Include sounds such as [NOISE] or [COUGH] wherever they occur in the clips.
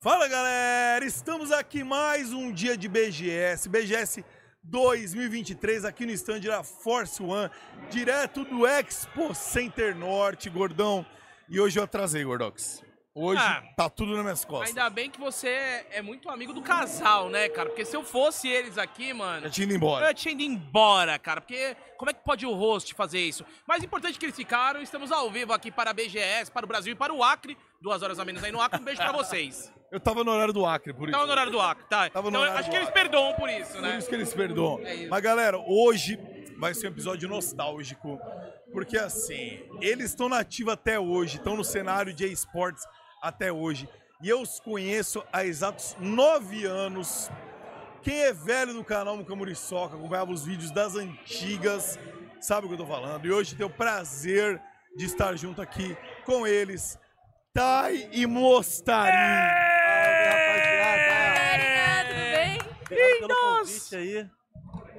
Fala galera, estamos aqui mais um dia de BGS, BGS 2023 aqui no stand da Force One, direto do Expo Center Norte, gordão. E hoje eu atrasei, gordox. Hoje Ah. tá tudo nas minhas costas. Ainda bem que você é- é muito amigo do casal, né, cara? Porque se eu fosse eles aqui, mano, Já tinha ido eu embora. tinha ido embora, cara. Porque como é que pode o host fazer isso? Mas importante que eles ficaram, estamos ao vivo aqui para a BGS, para o Brasil e para o Acre. Duas horas a menos aí no Acre. Um beijo [LAUGHS] pra vocês. Eu tava no horário do Acre, por isso. Tava no horário do Acre, tá? Tava no Então, eu horário acho do que eles perdoam por isso, Por né? isso que eles perdoam. É isso. Mas galera, hoje vai ser um episódio nostálgico, porque assim, eles estão na ativa até hoje, estão no cenário de esportes até hoje. E eu os conheço há exatos nove anos. Quem é velho do canal Mucamuri Soca, acompanhava os vídeos das antigas, sabe o que eu tô falando. E hoje tenho o prazer de estar junto aqui com eles, Tai e Mostarim. É, tudo Rapaziada, bem? tá? obrigado pelo nós? convite aí.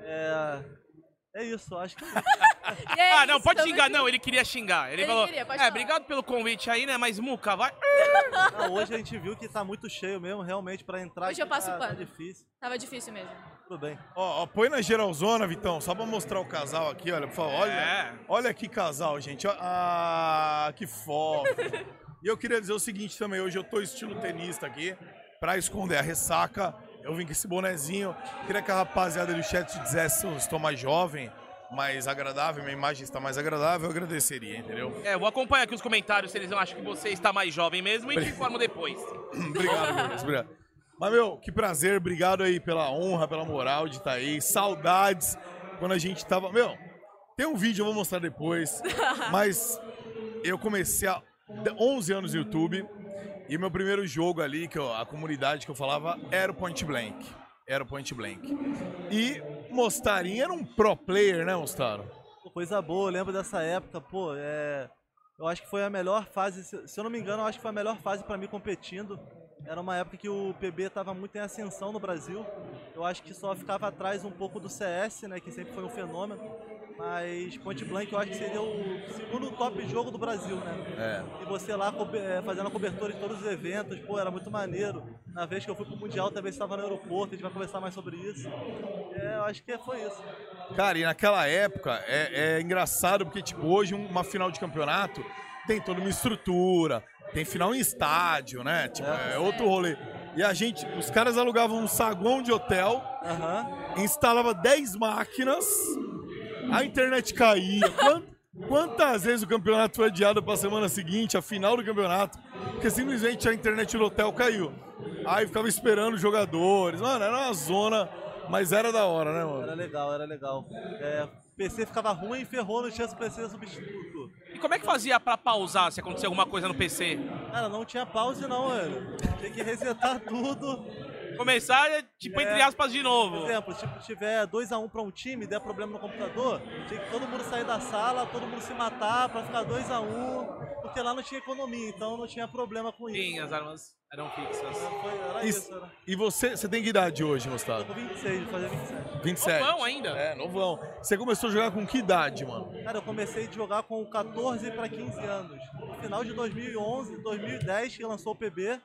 É, é isso, acho que E é Ah, não, isso, pode tamo xingar. junto. Não, ele queria xingar. Ele, Ele falou, queria, pode é, falar." obrigado pelo convite aí, né? Mas, Muca, vai... não, hoje a gente viu que tá muito cheio mesmo, realmente, pra entrar Hoje eu aqui passo tá, tá pano. difícil. Tava difícil mesmo. Tudo bem. Ó, ó, põe na geralzona, Vitão, só pra mostrar o casal aqui, olha, por favor. Olha, É. olha que casal, gente. ó. Ah, que fofo. e eu queria dizer o seguinte também, hoje eu tô estilo tenista aqui, pra esconder a ressaca. Eu vim com esse bonezinho. Queria que a rapaziada do chat dissesse se eu estou mais jovem, mais agradável, minha imagem está mais agradável, eu agradeceria, entendeu? É, eu vou acompanhar aqui os comentários se eles acham que você está mais jovem [LAUGHS] mesmo e te informo depois. obrigado, Lucas, obrigado. Mas, meu, que prazer, obrigado aí pela honra, pela moral de estar aí. Saudades quando a gente tava. Meu, tem um vídeo, eu vou mostrar depois. mas eu comecei há 11 anos no YouTube e meu primeiro jogo ali, que eu- a comunidade que eu falava, era o Point Blank. Era o Point Blank. E Mostarinho era um pro player, né, Mostaro? Pô, coisa boa, eu lembro dessa época, pô, é, eu acho que foi a melhor fase, se se eu não me engano, eu acho que foi a melhor fase pra mim competindo. Era uma época que o PB tava muito em ascensão no Brasil. Eu acho que só ficava atrás um pouco do CS, né, que sempre foi um fenômeno. Mas Ponte Blank eu acho que seria o segundo top jogo do Brasil, né? É. E você lá co- eh, fazendo a cobertura de todos os eventos, pô, era muito maneiro. Na vez que eu fui pro Mundial também estava no aeroporto, a gente vai conversar mais sobre isso. É, eu acho que foi isso. Cara, e naquela época é, é engraçado porque, tipo, hoje um- uma final de campeonato tem toda uma estrutura, tem final em estádio, né? Tipo, é, outro rolê. E a gente, os caras alugavam um saguão de hotel, Aham. instalava 10 máquinas, a internet caía. Quan- Quantas vezes o campeonato foi adiado pra semana seguinte, a final do campeonato, porque simplesmente a internet do hotel caiu. Aí ficava esperando os jogadores. Mano, era uma zona, mas era da hora, né, mano? Era legal, era legal. É, PC ficava ruim, ferrou, não tinha PC substituto. E como é que fazia pra pausar se acontecer alguma coisa no PC? Cara, não tinha pause não, mano. Tem que resetar [LAUGHS] tudo. Começar, é, tipo, entre aspas, de novo. Por exemplo, se tipo, tiver 2x1 pra um time, der problema no computador, tinha que todo mundo sair da sala, todo mundo se matar pra ficar 2x1, porque lá não tinha economia, então não tinha problema com isso. Sim, as armas eram fixas. Foi- era Isso. isso, era. E você, você tem que idade hoje, Tô Gustavo? com 26, vou fazer 27. 27. Novão ainda? É, novão. Você começou a jogar com que idade, mano? Cara, eu comecei a jogar com 14 para 15 anos. No final de 2011, 2010 que lançou o PB.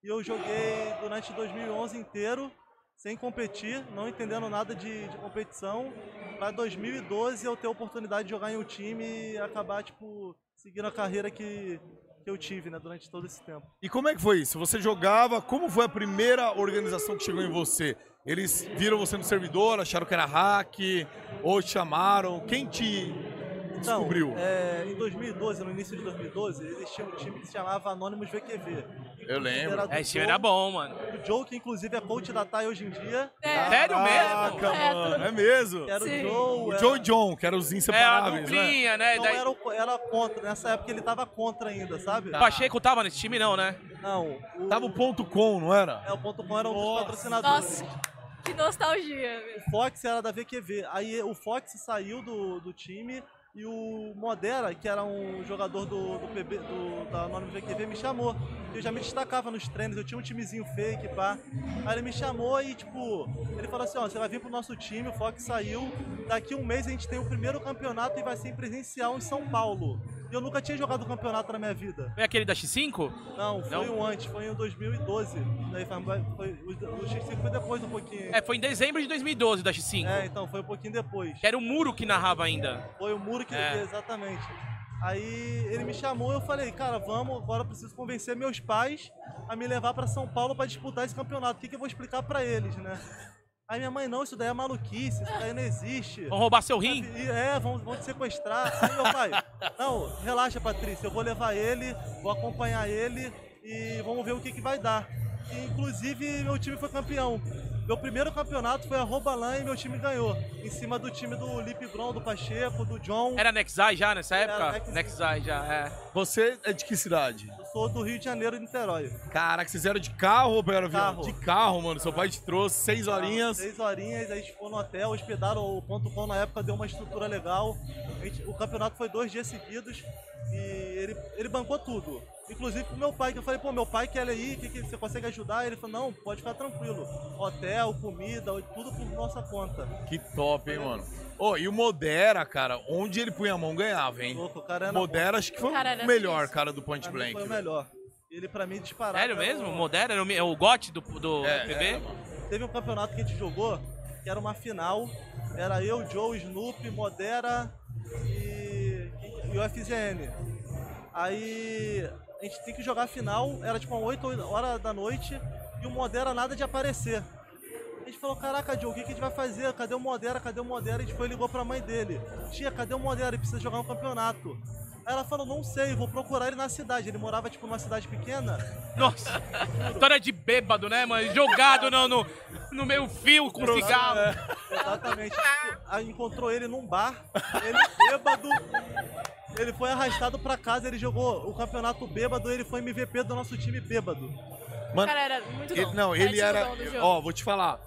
E eu joguei durante 2011 inteiro, sem competir, não entendendo nada de, de competição. Pra 2012 eu ter a oportunidade de jogar em um time e acabar, tipo, seguindo a carreira que, que eu tive, né, durante todo esse tempo. E como é que foi isso? Você jogava, como foi a primeira organização que chegou em você? Eles viram você no servidor, acharam que era hack, ou te chamaram? Quem te Então, descobriu? é, em 2012, no início de 2012, existia um time que se chamava Anonymous VQV. Eu lembro. do É, esse time Joe- era bom, mano. O Joe, que inclusive é coach da TAI hoje em dia, É. Sério mesmo? Caraca, É, mano, tudo- é mesmo. Era Sim. o Joe. O é. era- Joe e John, que eram os É, a inseparáveis, né? duplinha, né? Não Daí- era, o, era contra. Nessa época ele tava contra ainda, sabe? O Pacheco tava nesse time, não, né? Não. O, Tava o ponto com, não era? É, o ponto com era um Nossa. dos patrocinadores. Nossa, que nostalgia. velho. O Fox era da VQV. Aí o Fox saiu do, do time e o Modera, que era um jogador do, do PB, do, da Anonymous VQV, me chamou. Eu já me destacava nos treinos, eu tinha um timezinho fake, pá. Aí ele me chamou e, tipo, ele falou assim, ó, você vai vir pro nosso time, o Fox saiu. Daqui um mês a gente tem o primeiro campeonato e vai ser em presencial em São Paulo. E eu nunca tinha jogado campeonato na minha vida. Foi aquele da X5? Não, foi Não? um antes, foi em 2012. Daí foi, foi- o, o X5 foi depois um pouquinho. É, foi em dezembro de 2012 da X5. É, então, foi um pouquinho depois. Que era o Muro que narrava ainda. Foi o muro que ele É. fez, exatamente. Aí ele me chamou e eu falei, cara, vamos, agora eu preciso convencer meus pais a me levar pra São Paulo pra disputar esse campeonato. O que, que eu vou explicar pra eles, né? Aí minha mãe, não, isso daí é maluquice, isso daí não existe. Vão roubar seu rim? E- É, vão, vão te sequestrar. Aí meu pai, não, relaxa, Patrícia, eu vou levar ele, vou acompanhar ele e vamos ver o que, que vai dar. E, inclusive, meu time foi campeão. Meu primeiro campeonato foi a Robalan e meu time ganhou. Em cima do time do Lipe Bron, do Pacheco, do John. Era Nexai já nessa Era época? Nexai. Nexai já, é. Você é de que cidade? Eu sou do Rio de Janeiro, Niterói. Caraca, vocês eram de carro ou pegaram avião? Carro. De carro, mano. Seu pai te trouxe seis horinhas. Seis horinhas, aí a gente ficou no hotel, hospedaram o ponto .com na época, deu uma estrutura legal. A gente- o campeonato foi dois dias seguidos e ele, ele bancou tudo. Inclusive pro meu pai, que eu falei, pô, meu pai quer ele aí, que, que você consegue ajudar? Ele falou, não, pode ficar tranquilo. Hotel, comida, tudo por nossa conta. Que top, hein, mano. Ô, e o Modera, cara, onde ele punha a mão ganhava, hein? Louco, o cara era Modera acho que foi Cara, era o melhor, difícil. cara, do Point pra mim Blank. foi o velho. melhor. Ele pra mim disparado. Sério era o- mesmo? Modera era o, me- o gote do, do É, PB? é, mano. Teve um campeonato que a gente jogou, que era uma final. Era eu, Joe, Snoop, Modera e, e o FZN. Aí a gente tem que jogar a final, era tipo 8 horas da noite e o Modera nada de aparecer. A gente falou, caraca, Joe, o que, que a gente vai fazer? Cadê o Modera? Cadê o Modera? A gente foi e ligou pra mãe dele. Tia, cadê o Modera? Ele precisa jogar um campeonato. Aí ela falou, não sei, vou procurar ele na cidade. Ele morava, tipo, numa cidade pequena. Nossa, história de bêbado, né, mano? Jogado no, no, no meio fio com cigarro. [LAUGHS] Exatamente. Aí encontrou ele num bar, ele bêbado. Ele foi arrastado pra casa, ele jogou o campeonato bêbado, ele foi MVP do nosso time bêbado. O Mano, cara era muito bom. ele, não, Era ele tipo era. bom do jogo. Ó, vou te falar.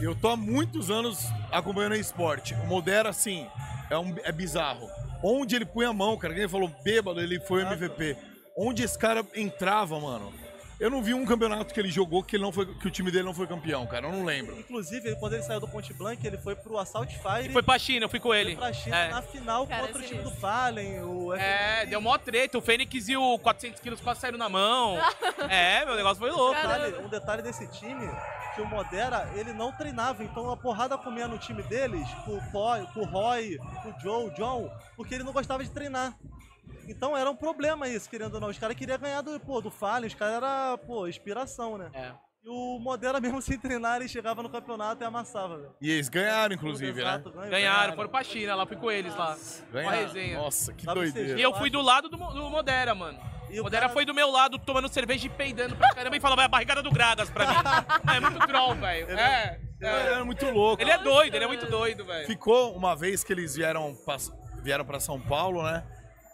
Eu tô há muitos anos acompanhando esporte. O Modera, assim, é, um, é bizarro. Onde ele punha a mão, cara, quem falou bêbado, ele foi o Exato. MVP. Onde esse cara entrava, mano. Eu não vi um campeonato que ele jogou que, ele não foi, que o time dele não foi campeão, cara. Eu não lembro. Inclusive, ele- quando ele saiu do Ponte Blank, ele foi pro Assault Fire Foi pra China, eu fui com ele. é. foi pra China É. na final Cara, contra o time sinistro. do Fallen, o É, FNC. deu mó treta. O Fênix e o 400 quilos quase saíram na [LAUGHS] mão. É, meu negócio foi louco. Cara, detalhe- Caramba. um detalhe desse time, que o Modera, ele não treinava, então a porrada comia no time deles, com o, Poi, com o Roy, com o Joe, o John, porque ele não gostava de treinar. Então era um problema isso, querendo ou não. Os caras queriam ganhar do, pô, do Fallen, os caras eram, pô, inspiração, né? É. E o Modera, [LAUGHS] mesmo sem treinar, ele chegava no campeonato e amassava, velho. E eles ganharam, inclusive, né? Exato, ganhou. É, Ganharam, foram pra China lá, fui com eles lá. Uma Ganharam. resenha. Nossa, que Sabe o que doideira. E eu fui do lado do, Mo- do Modera, mano. E o Modera cara- foi do meu lado tomando cerveja e peidando pra caramba e falava, é a barrigada do Gragas pra [LAUGHS] mim. é muito troll, velho. É, Ele é. era muito louco. Ele é doido, ele é muito doido, velho. Ficou uma vez que eles vieram pra, vieram pra São Paulo, né?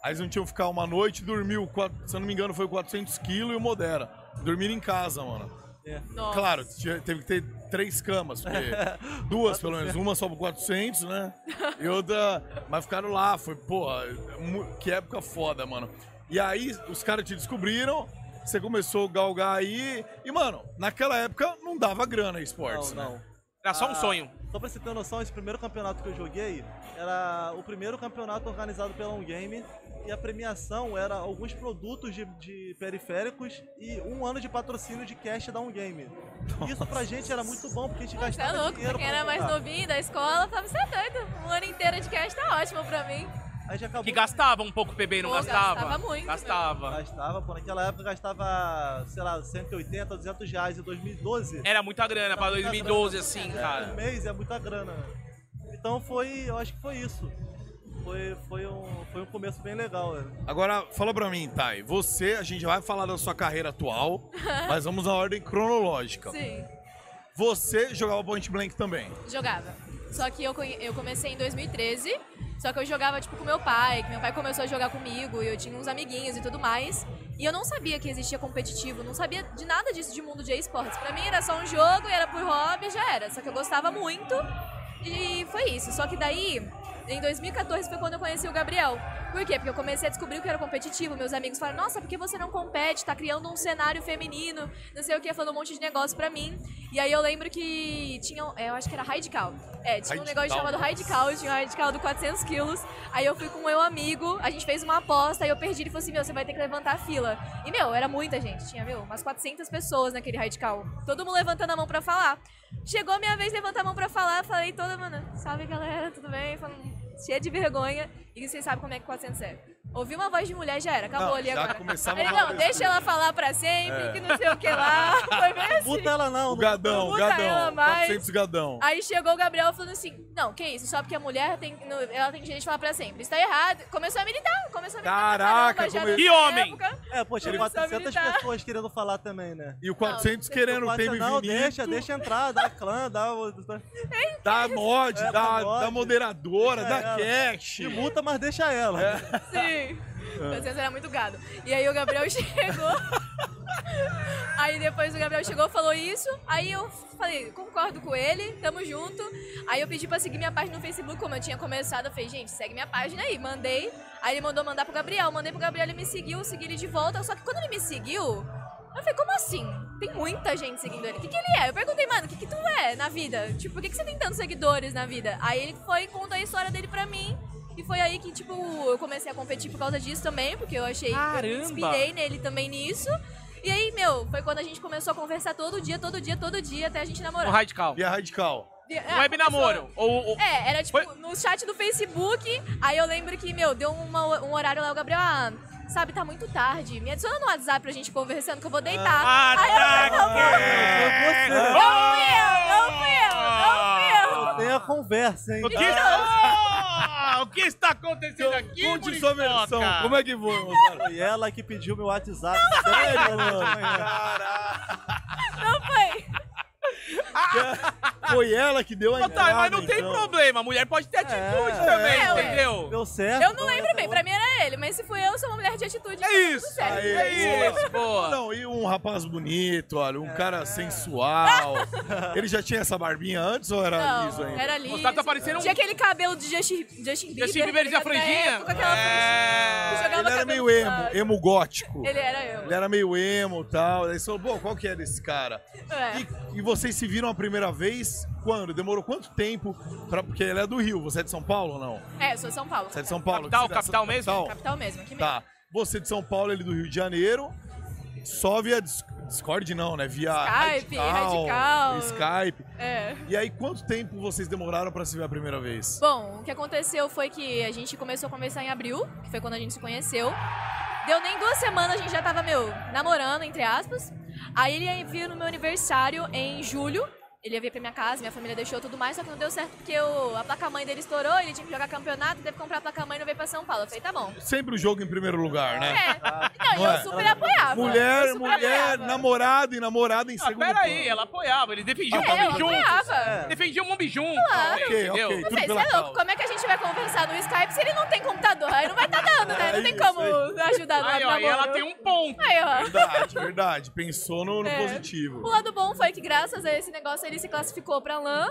Aí eles não tinham que ficar uma noite, dormiu, quatro- se eu não me engano, foi 400 quilos e o Modera. Dormiram em casa, mano. É. Nossa. Claro, tinha- teve que ter três camas, [LAUGHS] porque duas pelo menos, uma só pro 400, né? E outra. Mas ficaram lá, foi, porra, mu- que época foda, mano. E aí os caras te descobriram, você começou a galgar aí. E, mano, naquela época não dava grana esportes, Não, né? não. Era só um Ah, sonho. Só pra você ter noção, esse primeiro campeonato que eu joguei era o primeiro campeonato organizado pela On Game e a premiação era alguns produtos de, de periféricos e um ano de patrocínio de cash da On Game. Isso pra gente era muito bom porque a gente Você é gastava louco, pra dinheiro quem era mais jogar. novinho da escola, tava, você é doido. Um ano inteiro de cash tá ótimo pra mim. A gente acabou Que gastava um pouco o PB, não Pô, gastava? gastava muito, né? Gastava. Gastava, pô, naquela época gastava, sei lá, 180, 200 reais em 2012. Era muita grana É, pra 2012, assim, Um cara. mês é muita grana. Então foi, eu acho que foi isso. Foi, foi, um, foi um começo bem legal, velho. Agora, fala pra mim, Thay. Você, a gente vai falar da sua carreira [LAUGHS] atual, mas vamos na ordem cronológica. Sim, Você jogava Point Blank também. jogava. Só que eu, conhe- eu comecei em 2013, só que eu jogava tipo com meu pai, que meu pai começou a jogar comigo, e eu tinha uns amiguinhos e tudo mais. E eu não sabia que existia competitivo, não sabia de nada disso de mundo de esportes. Pra mim era só um jogo, e era por hobby, já era. Só que eu gostava muito e foi isso. Só que daí, em 2014 foi quando eu conheci o Gabriel. Por quê? Porque eu comecei a descobrir o que era competitivo. Meus amigos falaram, nossa, por que você não compete? Tá criando um cenário feminino, não sei o que, falando um monte de negócio pra mim. E aí eu lembro que tinha, um- é, eu acho que era radical. É, tinha Radical. um negócio chamado radical, tinha um radical do 400 quilos. Aí eu fui com o meu amigo, a gente fez uma aposta, aí eu perdi, ele falou assim, meu, você vai ter que levantar a fila. E, meu, era muita gente, tinha, meu, umas 400 pessoas naquele radical. Todo mundo levantando a mão pra falar. Chegou a minha vez de levantar a mão pra falar, falei toda, mano, salve galera, tudo bem? Falando, cheia de vergonha, e vocês sabem como é que 400 é. Ouvi uma voz de mulher, já era, acabou Não, ali já agora. começava Ele, uma não, deixa ela falar pra sempre, É. que não sei o que lá. [LAUGHS] Foi bem assim. Puta ela não. O gadão, o Puta ela gadão. mais. 400 gadão. Aí chegou o Gabriel falando assim: Não, que isso, só porque a mulher tem, no- ela tem direito de falar pra sempre. Isso tá errado. Começou a militar, começou a militar. pra Caraca, caramba já como- nessa E homem? época. É, pô, tinha Ele- 400 Sabe lidar. pessoas querendo falar também, né? E o 400 Não, querendo, teve não, Vinito, deixa, deixa entrar, dá clã, dá... o- da mod, da, É, da mod. da moderadora, Deixa da ela. cash. Te multa, mas deixa ela. [LAUGHS] Sim. É. Vocês era muito gado. E aí o Gabriel [LAUGHS] chegou. aí depois o Gabriel chegou falou isso. Aí eu falei, concordo com ele, tamo junto. Aí eu pedi pra seguir minha página no Facebook, como eu tinha começado. Eu falei, gente, segue minha página aí. Mandei. Aí ele mandou mandar pro Gabriel. Mandei pro Gabriel, ele me seguiu, eu segui ele de volta. Só que quando ele me seguiu, eu falei, como assim? Tem muita gente seguindo ele. O que, que ele é? Eu perguntei, mano, o que, que tu é na vida? Tipo, por que, que você tem tantos seguidores na vida? Aí ele foi e contou a história dele pra mim. E foi aí que, tipo, eu comecei a competir por causa disso também, porque eu achei. Eu Caramba! me inspirei nele também nisso. E aí, meu, foi quando a gente começou a conversar todo dia, todo dia, todo dia, até a gente Um namorar. radical. E a radical. É, Um web começou- namoro. Ou, ou- é, era tipo Foi- no chat do Facebook. Aí eu lembro que, meu, deu uma- um horário lá, o Gabriel, ah, sabe, tá muito tarde. Me adiciona no WhatsApp pra gente conversando que eu vou deitar. Ah, aí eu falei, não, É. Foi não, você. não fui eu, não fui eu, não fui eu. Tem a conversa, hein? O que, É, está... Ah! o que está acontecendo aqui, Então, Conte sua versão. Muriçoca? Como é que foi, Rosário? Foi ela que pediu meu WhatsApp. Sério, né? mano? Não foi. Foi ela que deu a Ô, Thay, mas não tem então. problema. A mulher pode ter atitude também, é, ué. entendeu? Deu certo. Eu não lembro bem, pra mim era ele, mas se fui eu, eu sou uma mulher de atitude. É então tá tudo isso. certo. Aí. É isso, boa. Não, e um rapaz bonito, olha, É. um cara [LAUGHS] sensual. Ele já tinha essa barbinha antes ou era Não, liso ainda? era liso. Moçada, tá parecendo um- Tinha aquele cabelo de Justin, Justin Bieber. Justin Bieber tinha tá ligado? Na franjinha? época, aquela É. franjinha que Ele jogava era cabelo meio pro emo, lado. emo gótico. Ele era eu. Ele era meio emo e tal. Aí você falou, pô, qual que é desse cara? É. E, e vocês se viram a primeira vez quando? Demorou quanto tempo? Pra, porque ele é do Rio, você é de São Paulo ou não? É, eu sou de São Paulo. Você é de São Paulo? Capital, Cidade- capital mesmo? Capital mesmo, aqui mesmo. Tá. Você de São Paulo, ele é do Rio de Janeiro. Só via Dis- Discord não, né? Via Skype, Radical. Skype. É. E aí, quanto tempo vocês demoraram pra se ver a primeira vez? Bom, o que aconteceu foi que a gente começou a conversar em abril, que foi quando a gente se conheceu. Deu nem duas semanas, a gente já tava, meu, namorando, entre aspas. Aí ele ia vir no meu aniversário em julho. Ele ia vir pra minha casa, minha família deixou tudo mais, só que não deu certo porque o- a placa-mãe dele estourou, ele tinha que jogar campeonato, teve que comprar a placa-mãe e não veio pra São Paulo. Eu falei, tá bom. Sempre o jogo em primeiro lugar, né? É. Não, Não e é? eu super apoiava. eu Mulher, super mulher, apoiava. namorado e namorada em Ah, segundo pera aí, plano. É. ela apoiava. Ele defendia o É, eu Mombi junto. apoiava. Defendia o Mombi junto. Claro. Ok, entendeu? ok. Não Tudo sei, pela você é louco. causa. Como é que a gente vai conversar no Skype se ele não tem computador? Aí não vai estar dando, né? É Não tem isso, como é ajudar no Aí, ó, e namoro. ela tem um ponto. Aí, ó. Verdade, verdade. Pensou no, no É. positivo. O lado bom foi que, graças a esse negócio, ele se classificou pra LAN,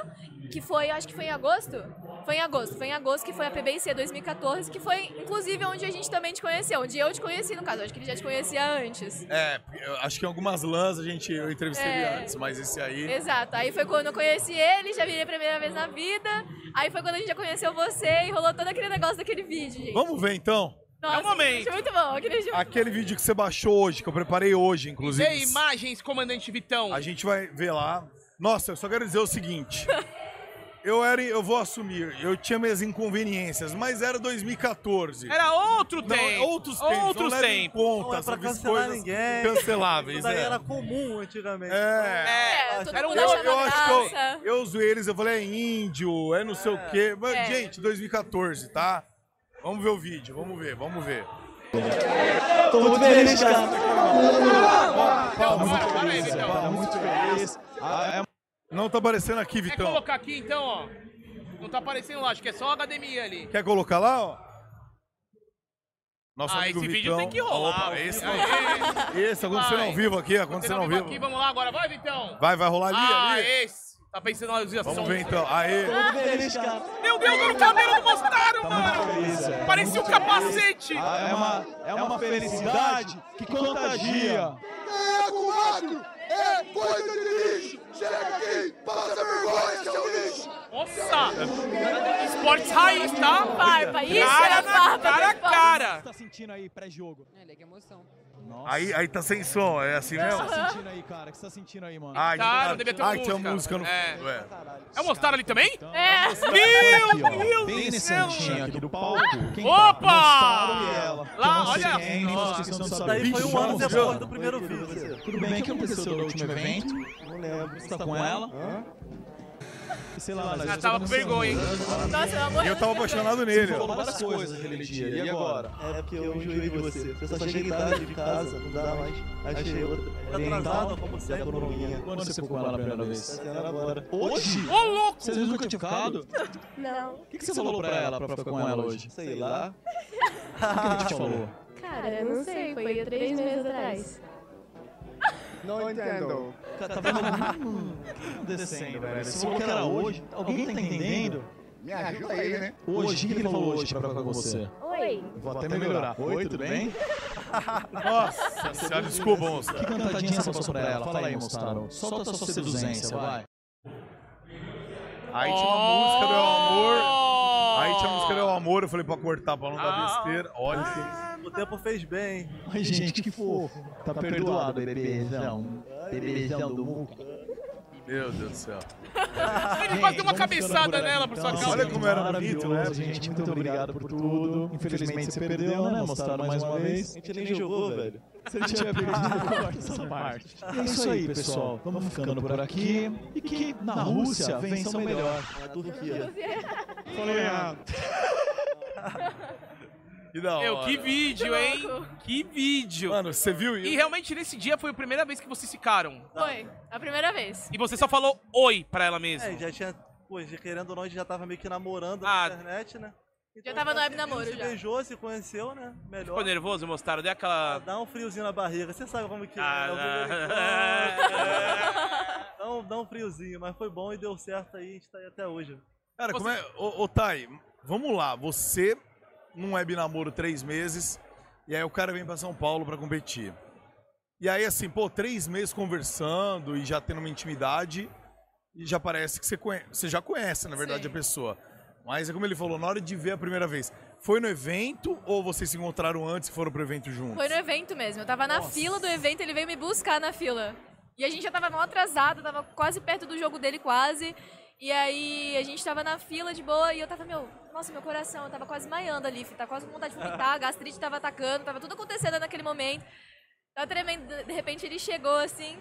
que foi, acho que foi em agosto? Foi em agosto. Foi em agosto que foi a PBIC 2014, que foi, inclusive, onde a gente também te conheceu. Onde eu te conheci, no caso. Acho que ele já te conhecia antes. É, eu acho que em algumas lãs a gente eu entrevistei ele É. antes, mas esse aí. Exato. Aí foi quando eu conheci ele, já virei a primeira vez na vida. Aí foi quando a gente já conheceu você e rolou todo aquele negócio daquele vídeo, gente. Vamos ver então. Nossa, É o momento. aquele vídeo é muito bom. Aquele vídeo é muito Aquele vídeo que você baixou hoje, que eu preparei hoje, E inclusive. aí, imagens, comandante Vitão. A gente vai ver lá. Nossa, eu só quero dizer o seguinte. Eu era, eu vou assumir, eu tinha minhas inconveniências, mas era 2014. Era outro Não, tempo. Então, outros tempos, Outros não levem em tempos. conta Não é pra sobre as cancelar coisas ninguém. canceláveis, Isso daí né? era comum antigamente. É. É, É, todo era um mundo Eu, achava eu acho que graça. eu, eu zoei eles, eu falei, é índio, é não sei o quê. Mas, É. gente, 2014, tá? Vamos ver o vídeo, vamos ver, vamos ver. Tô muito feliz, cara. Então, para, para aí, Vitão. Muito feliz. Não tá aparecendo aqui, Quer Vitão. colocar aqui, então, ó. Não tá aparecendo lá, acho que é só HDMI ali. Quer colocar lá, ó? Nosso ah, amigo esse vídeo Vitão. tem que rolar. Opa, Aê, esse, aê, esse acontecendo Vai. ao vivo aqui, acontecendo Acontecendo ao ao vivo. aqui, vamos lá agora. Vai, Vitão. Vai, vai rolar ali, ah, ali. esse. Tá pensando na audição. Vamos ver então. Aê. Tô muito feliz, cara. Meu Deus, olha o cabelo do Mostardo, Tá mano. feliz, é. Parecia um Muito feliz. capacete. É uma, é uma felicidade que contagia. É macro, é coisa de lixo! Chega raiz, tá? Farpa, isso Cara era na farpa. cara, a meu pau. cara. Tá sentindo aí pré-jogo? É, lega emoção. Nossa. Aí, aí tá sem som, é assim O que mesmo? você tá sentindo aí, cara? O que você tá sentindo aí, mano? Ai, Cara, nada. não devia ter Ai, tinha música. música no É. fundo, é. É o Mostarda ali também? Tá, É. [LAUGHS] Meu Deus Bem do nesse céu! cantinho aqui do palco. Quem Opa! tá? Mostarda e ela. Que eu Lá, não sei olha quem, só. não sei se vocês estão Daí foi Bicho, um ano nossa. depois do primeiro vídeo. Tudo bem, o que aconteceu no último evento? Não lembro. Você tá com ela? Sei lá, Já mas Ah, tá tava com vergonha, hein? Nossa, pelo amor E de eu tava Deus, apaixonado Você nele. falou várias coisas aquele dia. E agora? É porque eu enjoei de você. Você só chega em tarde de casa, não dá mais. Achei outra. Atrasado, como da sempre. coroinha. Quando você ficou com ela a primeira Tá vez? sendo agora. Hoje? Ô, louco! Vocês nunca tinham ficado? Não. O que, que você falou pra ela pra ficar com ela hoje? Sei lá. O que a gente falou? Cara, não sei, foi há três meses atrás. Não entendo. Cara, tá vendo? Hum, o que tá acontecendo, velho? Você falou que era hoje. Alguém tá entendendo? Me ajuda aí, né? Hoje, o que que ele falou hoje pra ficar com você? Oi, Vou até melhorar. Oi, tudo bem? Nossa é senhora, desculpa, moça. Que cantadinha você passou pra ela? Fala aí, Mostaro. Solta a sua seduzência, vai. Aí tinha uma música do meu amor. Ó. Aí tinha a música do meu amor, eu falei pra cortar, pra não Ah. dar besteira. Olha. O tempo fez bem. Ai, gente, que fofo. Tá perdoado, bebezão. Bebezão do mundo. Meu Deus do céu. Ele quase deu uma cabeçada nela por sua então. causa. Olha como era bonito, né? gente? Muito obrigado por tudo. Infelizmente você perdeu, né? Mostraram mais uma vez. A gente nem jogou, velho. Se ele tiver perdido, corta essa parte. E é isso aí, pessoal. Vamos ficando por aqui. E que na Rússia vençam melhor. Na Turquia. Falei errado. Que da hora. Meu, que vídeo, Tá hein? Que vídeo. Mano, você viu E isso? realmente nesse dia foi a primeira vez que vocês ficaram. Foi, a primeira vez. E você só falou oi pra ela mesmo. É, e já tinha. Pô, já querendo ou não, a gente já tava meio que namorando Ah. na internet, né? Então, tava no se- web namoro, Se já. beijou, se conheceu, né? Melhor. Ficou nervoso, mostraram? Deu aquela. Dá um friozinho na barriga, você sabe como que é. o primeiro Ah, encontro. Dá um, dá um friozinho, mas foi bom e deu certo aí, a gente tá aí até hoje. Cara, como é. Ô, ô, Thay, vamos lá. Você num web namoro três meses, e aí o cara vem pra São Paulo pra competir. E aí, assim, pô, três meses conversando e já tendo uma intimidade, e já parece que você conhece. Você já conhece, na verdade, Sim. a pessoa. Mas é como ele falou, na hora de ver a primeira vez. Foi no evento ou vocês se encontraram antes e foram pro evento juntos? Foi no evento mesmo. Eu tava na fila do evento, ele veio me buscar na fila. E a gente já tava mal atrasado, tava quase perto do jogo dele, quase. E aí a gente tava na fila de boa e eu tava, meu, nossa, meu coração, eu tava quase maiando ali, fi, tava quase com vontade de vomitar, a gastrite tava atacando, tava tudo acontecendo naquele momento. Tava tremendo, de repente ele chegou assim.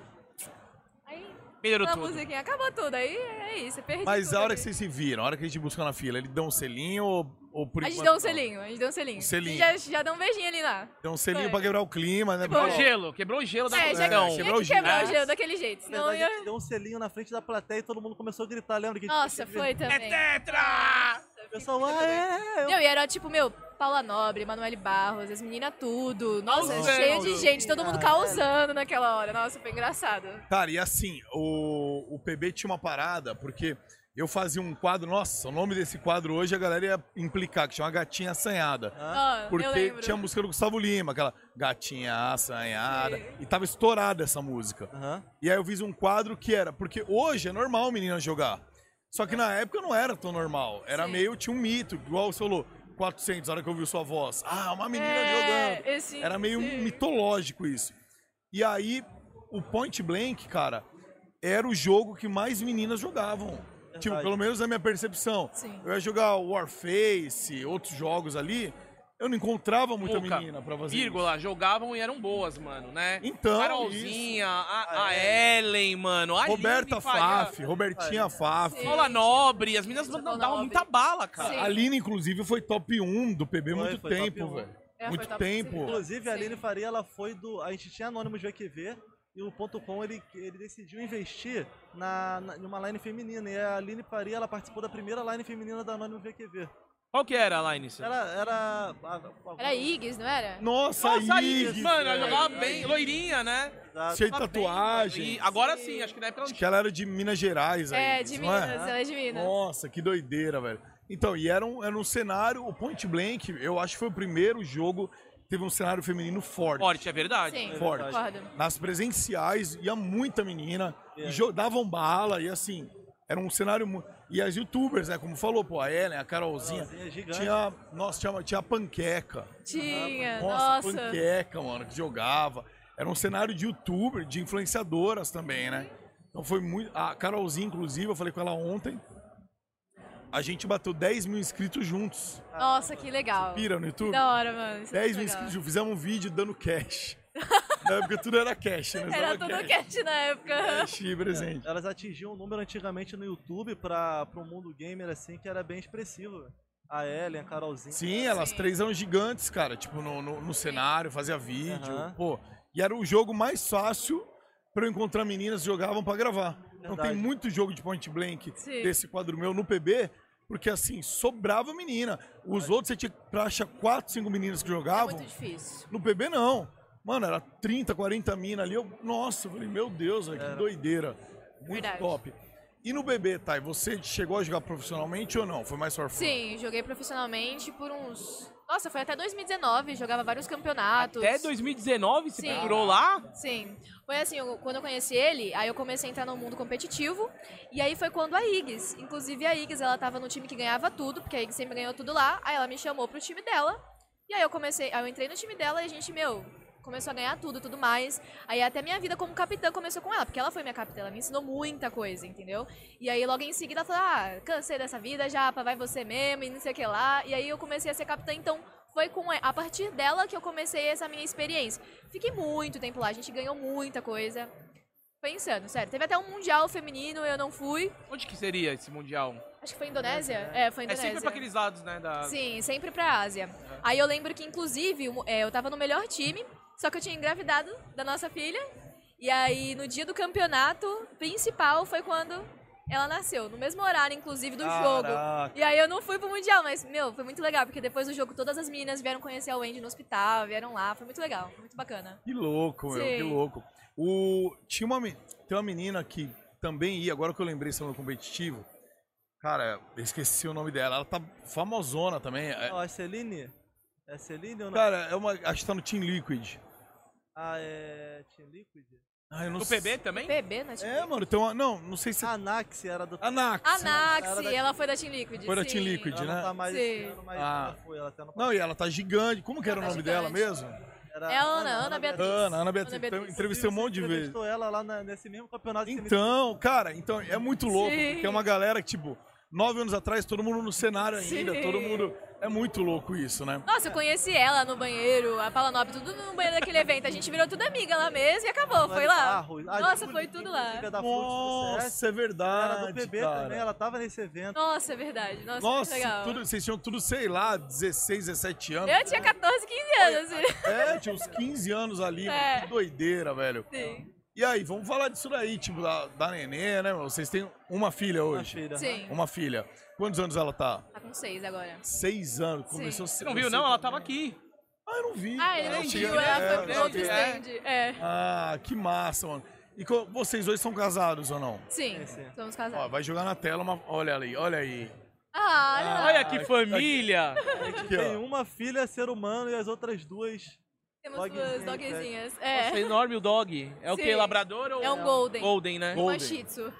Aí, [LAUGHS] Melhorou a tudo. musiquinha, acabou tudo, aí é isso, eu perdi Mas tudo a hora ali. que vocês se viram, a hora que a gente buscou na fila, ele deu um selinho ou, ou por A gente enquanto deu um não? selinho, a gente deu um selinho. Um selinho. Já, já deu um beijinho ali lá. Deu um selinho Foi. pra quebrar o clima, né? Foi. Quebrou o Porque- gelo, quebrou o gelo da É, já Não, confusão. tinha quebrou o que gelo. quebrar o Ah. gelo daquele jeito, Na senão verdade, ia... a gente deu um selinho na frente da plateia e todo mundo começou a gritar, lembra? Que a gente- Nossa, [LAUGHS] foi É também. tetra! O pessoal, ah, é, é, Não, e era tipo, meu, Paula Nobre, Manoel Barros, as meninas tudo. Nossa, Nossa, é, cheio de mano. gente, todo mundo causando naquela hora. Nossa, foi engraçado. Cara, e assim, o, o PB tinha uma parada, porque eu fazia um quadro, nossa, o nome desse quadro hoje a galera ia implicar, que chama Gatinha Assanhada. Ah, eu Porque lembro. tinha a música do Gustavo Lima, aquela Gatinha Assanhada, e tava estourada essa música. Aham. E aí eu fiz um quadro que era, porque hoje é normal menina jogar. Só que na época não era tão normal. Era Sim. meio, tinha um mito, igual você falou, 400, a hora que eu ouvi sua voz. Ah, uma menina jogando. é, esse, Era meio esse- mitológico isso. E aí, o Point Blank, cara, era o jogo que mais meninas jogavam. Tipo, pelo menos na minha percepção. Sim. Eu ia jogar Warface, outros jogos ali, eu não encontrava muita Muca, menina pra fazer. Vírgula, jogavam e eram boas, mano, né? Então, Carolzinha, a, a Ellen, mano, a isso. Roberta Aline Faria, Faf, Robertinha Faf. Sim. Paula Nobre, as meninas Paula davam Nobre. muita bala, cara. Sim. A Aline, inclusive, foi top 1 do PB Foi, muito foi top tempo, 1. velho. É, Muito foi top, tempo. sim. Inclusive, a Sim. Aline Faria, ela foi do. A gente tinha Anônimos VQV e o ponto .com ele, ele decidiu investir na, na, numa line feminina. E a Aline Faria, ela participou da primeira line feminina da Anônimos VQV. Qual que era, Line? Era. Era. a- a- Era Iggs, não era? Nossa, Nossa, Iggy, Iggy, mano, ela velho. jogava bem, loirinha, né? Exato. Cheio de Jogava bem, tatuagem. mano. E agora sim, acho que na época ela Acho que ela era de Minas Gerais aí. É, de não Minas, ela é de Minas. Nossa, que doideira, velho. Então, e era um, era um cenário, o Point Blank, eu acho que foi o primeiro jogo que teve um cenário feminino forte. forte, é verdade. Sim, Forte. concordo. Nas presenciais, ia muita menina, É. e jogavam bala, e assim, era um cenário muito. E as youtubers, né? Como falou, pô, a Ellen, a Carolzinha. Carolzinha é gigante. Tinha, nossa, tinha, tinha a panqueca. Tinha, Nossa, nossa. panqueca, mano, que jogava. Era um cenário de youtuber, de influenciadoras também, né? Então foi muito. A Carolzinha, inclusive, eu falei com ela ontem. A gente bateu 10 mil inscritos juntos. Nossa, que legal. Pira no YouTube? Que da hora, mano. Isso é 10 mil muito legal. inscritos, fizemos um vídeo dando [LAUGHS] cash. Na época tudo era cash, né? Era Dava tudo cash. cat na época. Cash presente. Elas atingiam um número antigamente no YouTube para o mundo gamer, assim, que era bem expressivo. A Ellen, a Carolzinha. Sim, elas Sim. três eram gigantes, cara. Tipo, no, no, no cenário, fazia vídeo. Aham. Pô, e era o jogo mais fácil pra eu encontrar meninas que jogavam pra gravar. Então tem Verdade. muito jogo de point blank Sim. desse quadro meu no PB, porque assim, sobrava menina. Os outros você tinha pra achar quatro, cinco meninas que É jogavam. muito difícil. No PB não. Mano, era 30, 40 mina ali. Eu, nossa, eu falei, meu Deus, velho, que Era. doideira. Muito Verdade. top. E no BB, Thay, você chegou a jogar profissionalmente ou não? Foi mais for fun? Sim, joguei profissionalmente por uns. Nossa, foi até 2019, jogava vários campeonatos. Até 2019 se Sim. pendurou lá? Sim. Foi assim, eu- quando eu conheci ele, aí eu comecei a entrar no mundo competitivo. E aí foi quando a Iggs, inclusive a Iggs, ela tava no time que ganhava tudo, porque a Iggs sempre ganhou tudo lá. Aí ela me chamou pro time dela. E aí eu comecei, aí eu entrei no time dela e a gente, meu, começou a ganhar tudo, tudo mais. Aí até minha vida como capitã começou com ela, porque ela foi minha capitã, ela me ensinou muita coisa, entendeu? E aí logo em seguida ela falou: "Ah, cansei dessa vida, Japa, vai você mesmo", e não sei o que lá. E aí eu comecei a ser capitã, então foi com a partir dela que eu comecei essa minha experiência. Fiquei muito tempo lá, a gente ganhou muita coisa. Foi insano, sério. Teve até um mundial feminino, eu não fui. Onde que seria esse mundial? Acho que foi Indonésia. Indonésia, É, É foi Indonésia. sempre pra aqueles lados, né? Da... Sim, sempre pra Ásia. Aí eu lembro que, inclusive, um- é, eu tava no melhor time, só que eu tinha engravidado da nossa filha. E aí, no dia do campeonato principal, foi quando ela nasceu. No mesmo horário, inclusive, do jogo. Caraca. E aí eu não fui pro Mundial, mas, meu, foi muito legal, porque depois do jogo todas as meninas vieram conhecer a Wendy no hospital, vieram lá, foi muito legal, muito bacana. Que louco, meu, que Sim. um louco. O, tinha uma, me- tem uma menina que também ia, agora que eu lembrei, sendo competitivo. Cara, eu esqueci o nome dela. Ela tá famosona também. É- Ó, a Celine? É Celine ou não? cara, é uma, acho que tá no Team Liquid. Ah, é. Team Liquid? Ah, eu não No sei- PB também? PB, né? tipo? É, mano, tem uma. Não, não sei se. é A Nax era do. Ah, A Nax. A Era da- Naxi, ela foi da Team Liquid. Foi da sim. Team Liquid. Ela não né? tá mais. Sim. Ela, não mais Ah. ela foi, ela até não Não, e ela tá gigante. Como que era Ela o tá nome dela gigante. mesmo? Era É a Ana, Ana Beatriz. Ana, Ana Beatriz. Ana Beatriz. Então, entrevistei um monte de vezes. entrevistou ela lá na- nesse mesmo campeonato que você Então, cara, então é muito louco, Sim. porque é uma galera que, tipo, nove anos atrás, todo mundo no cenário ainda, Sim. todo mundo. É muito louco isso, né? Nossa, eu conheci ela no banheiro, a Paula Nobre, tudo no banheiro daquele evento. A gente virou tudo amiga lá mesmo e acabou, me- foi lá. Barros, a Nossa, Júlia, foi tudo lá. inclusive, é da Fluxo do CS. Nossa, é verdade. Era do PB cara. também, ela tava nesse evento. Nossa, é verdade. Nossa, Nossa, que legal. tudo- vocês tinham tudo, sei lá, 16, 17 anos. [LAUGHS] Eu tinha 14, 15 anos. assim. É, tinha uns 15 anos ali. É. Que doideira, velho. Sim. E aí, vamos falar disso daí, tipo, da, da nenê, né? meu? Vocês têm uma filha Uma hoje. filha, né? Sim. Uma filha. Quantos anos ela tá? Tá com 6 agora. Seis anos. Sim. Começou Você não viu, não? Ela tava aqui. Ah, eu não vi. Ah, ele cara. não Eu viu, cheguei- ela É, foi pro eu outro cheguei- stand. É. Ah, que massa, mano. E co- vocês dois são casados ou não? Sim, Sim, sim. somos Ó, casados. vai jogar na tela uma. Olha ali, olha [LAUGHS] aí. Ah, Olha que família! Aqui, Tem ó. uma filha ser humano e as outras duas. temos Dogzinho, duas né? dogzinhas. Nossa, é É. enorme o dog. É o Sim. que? Labrador ou. É um golden. Golden, né? Uma Golden. Shih Tzu.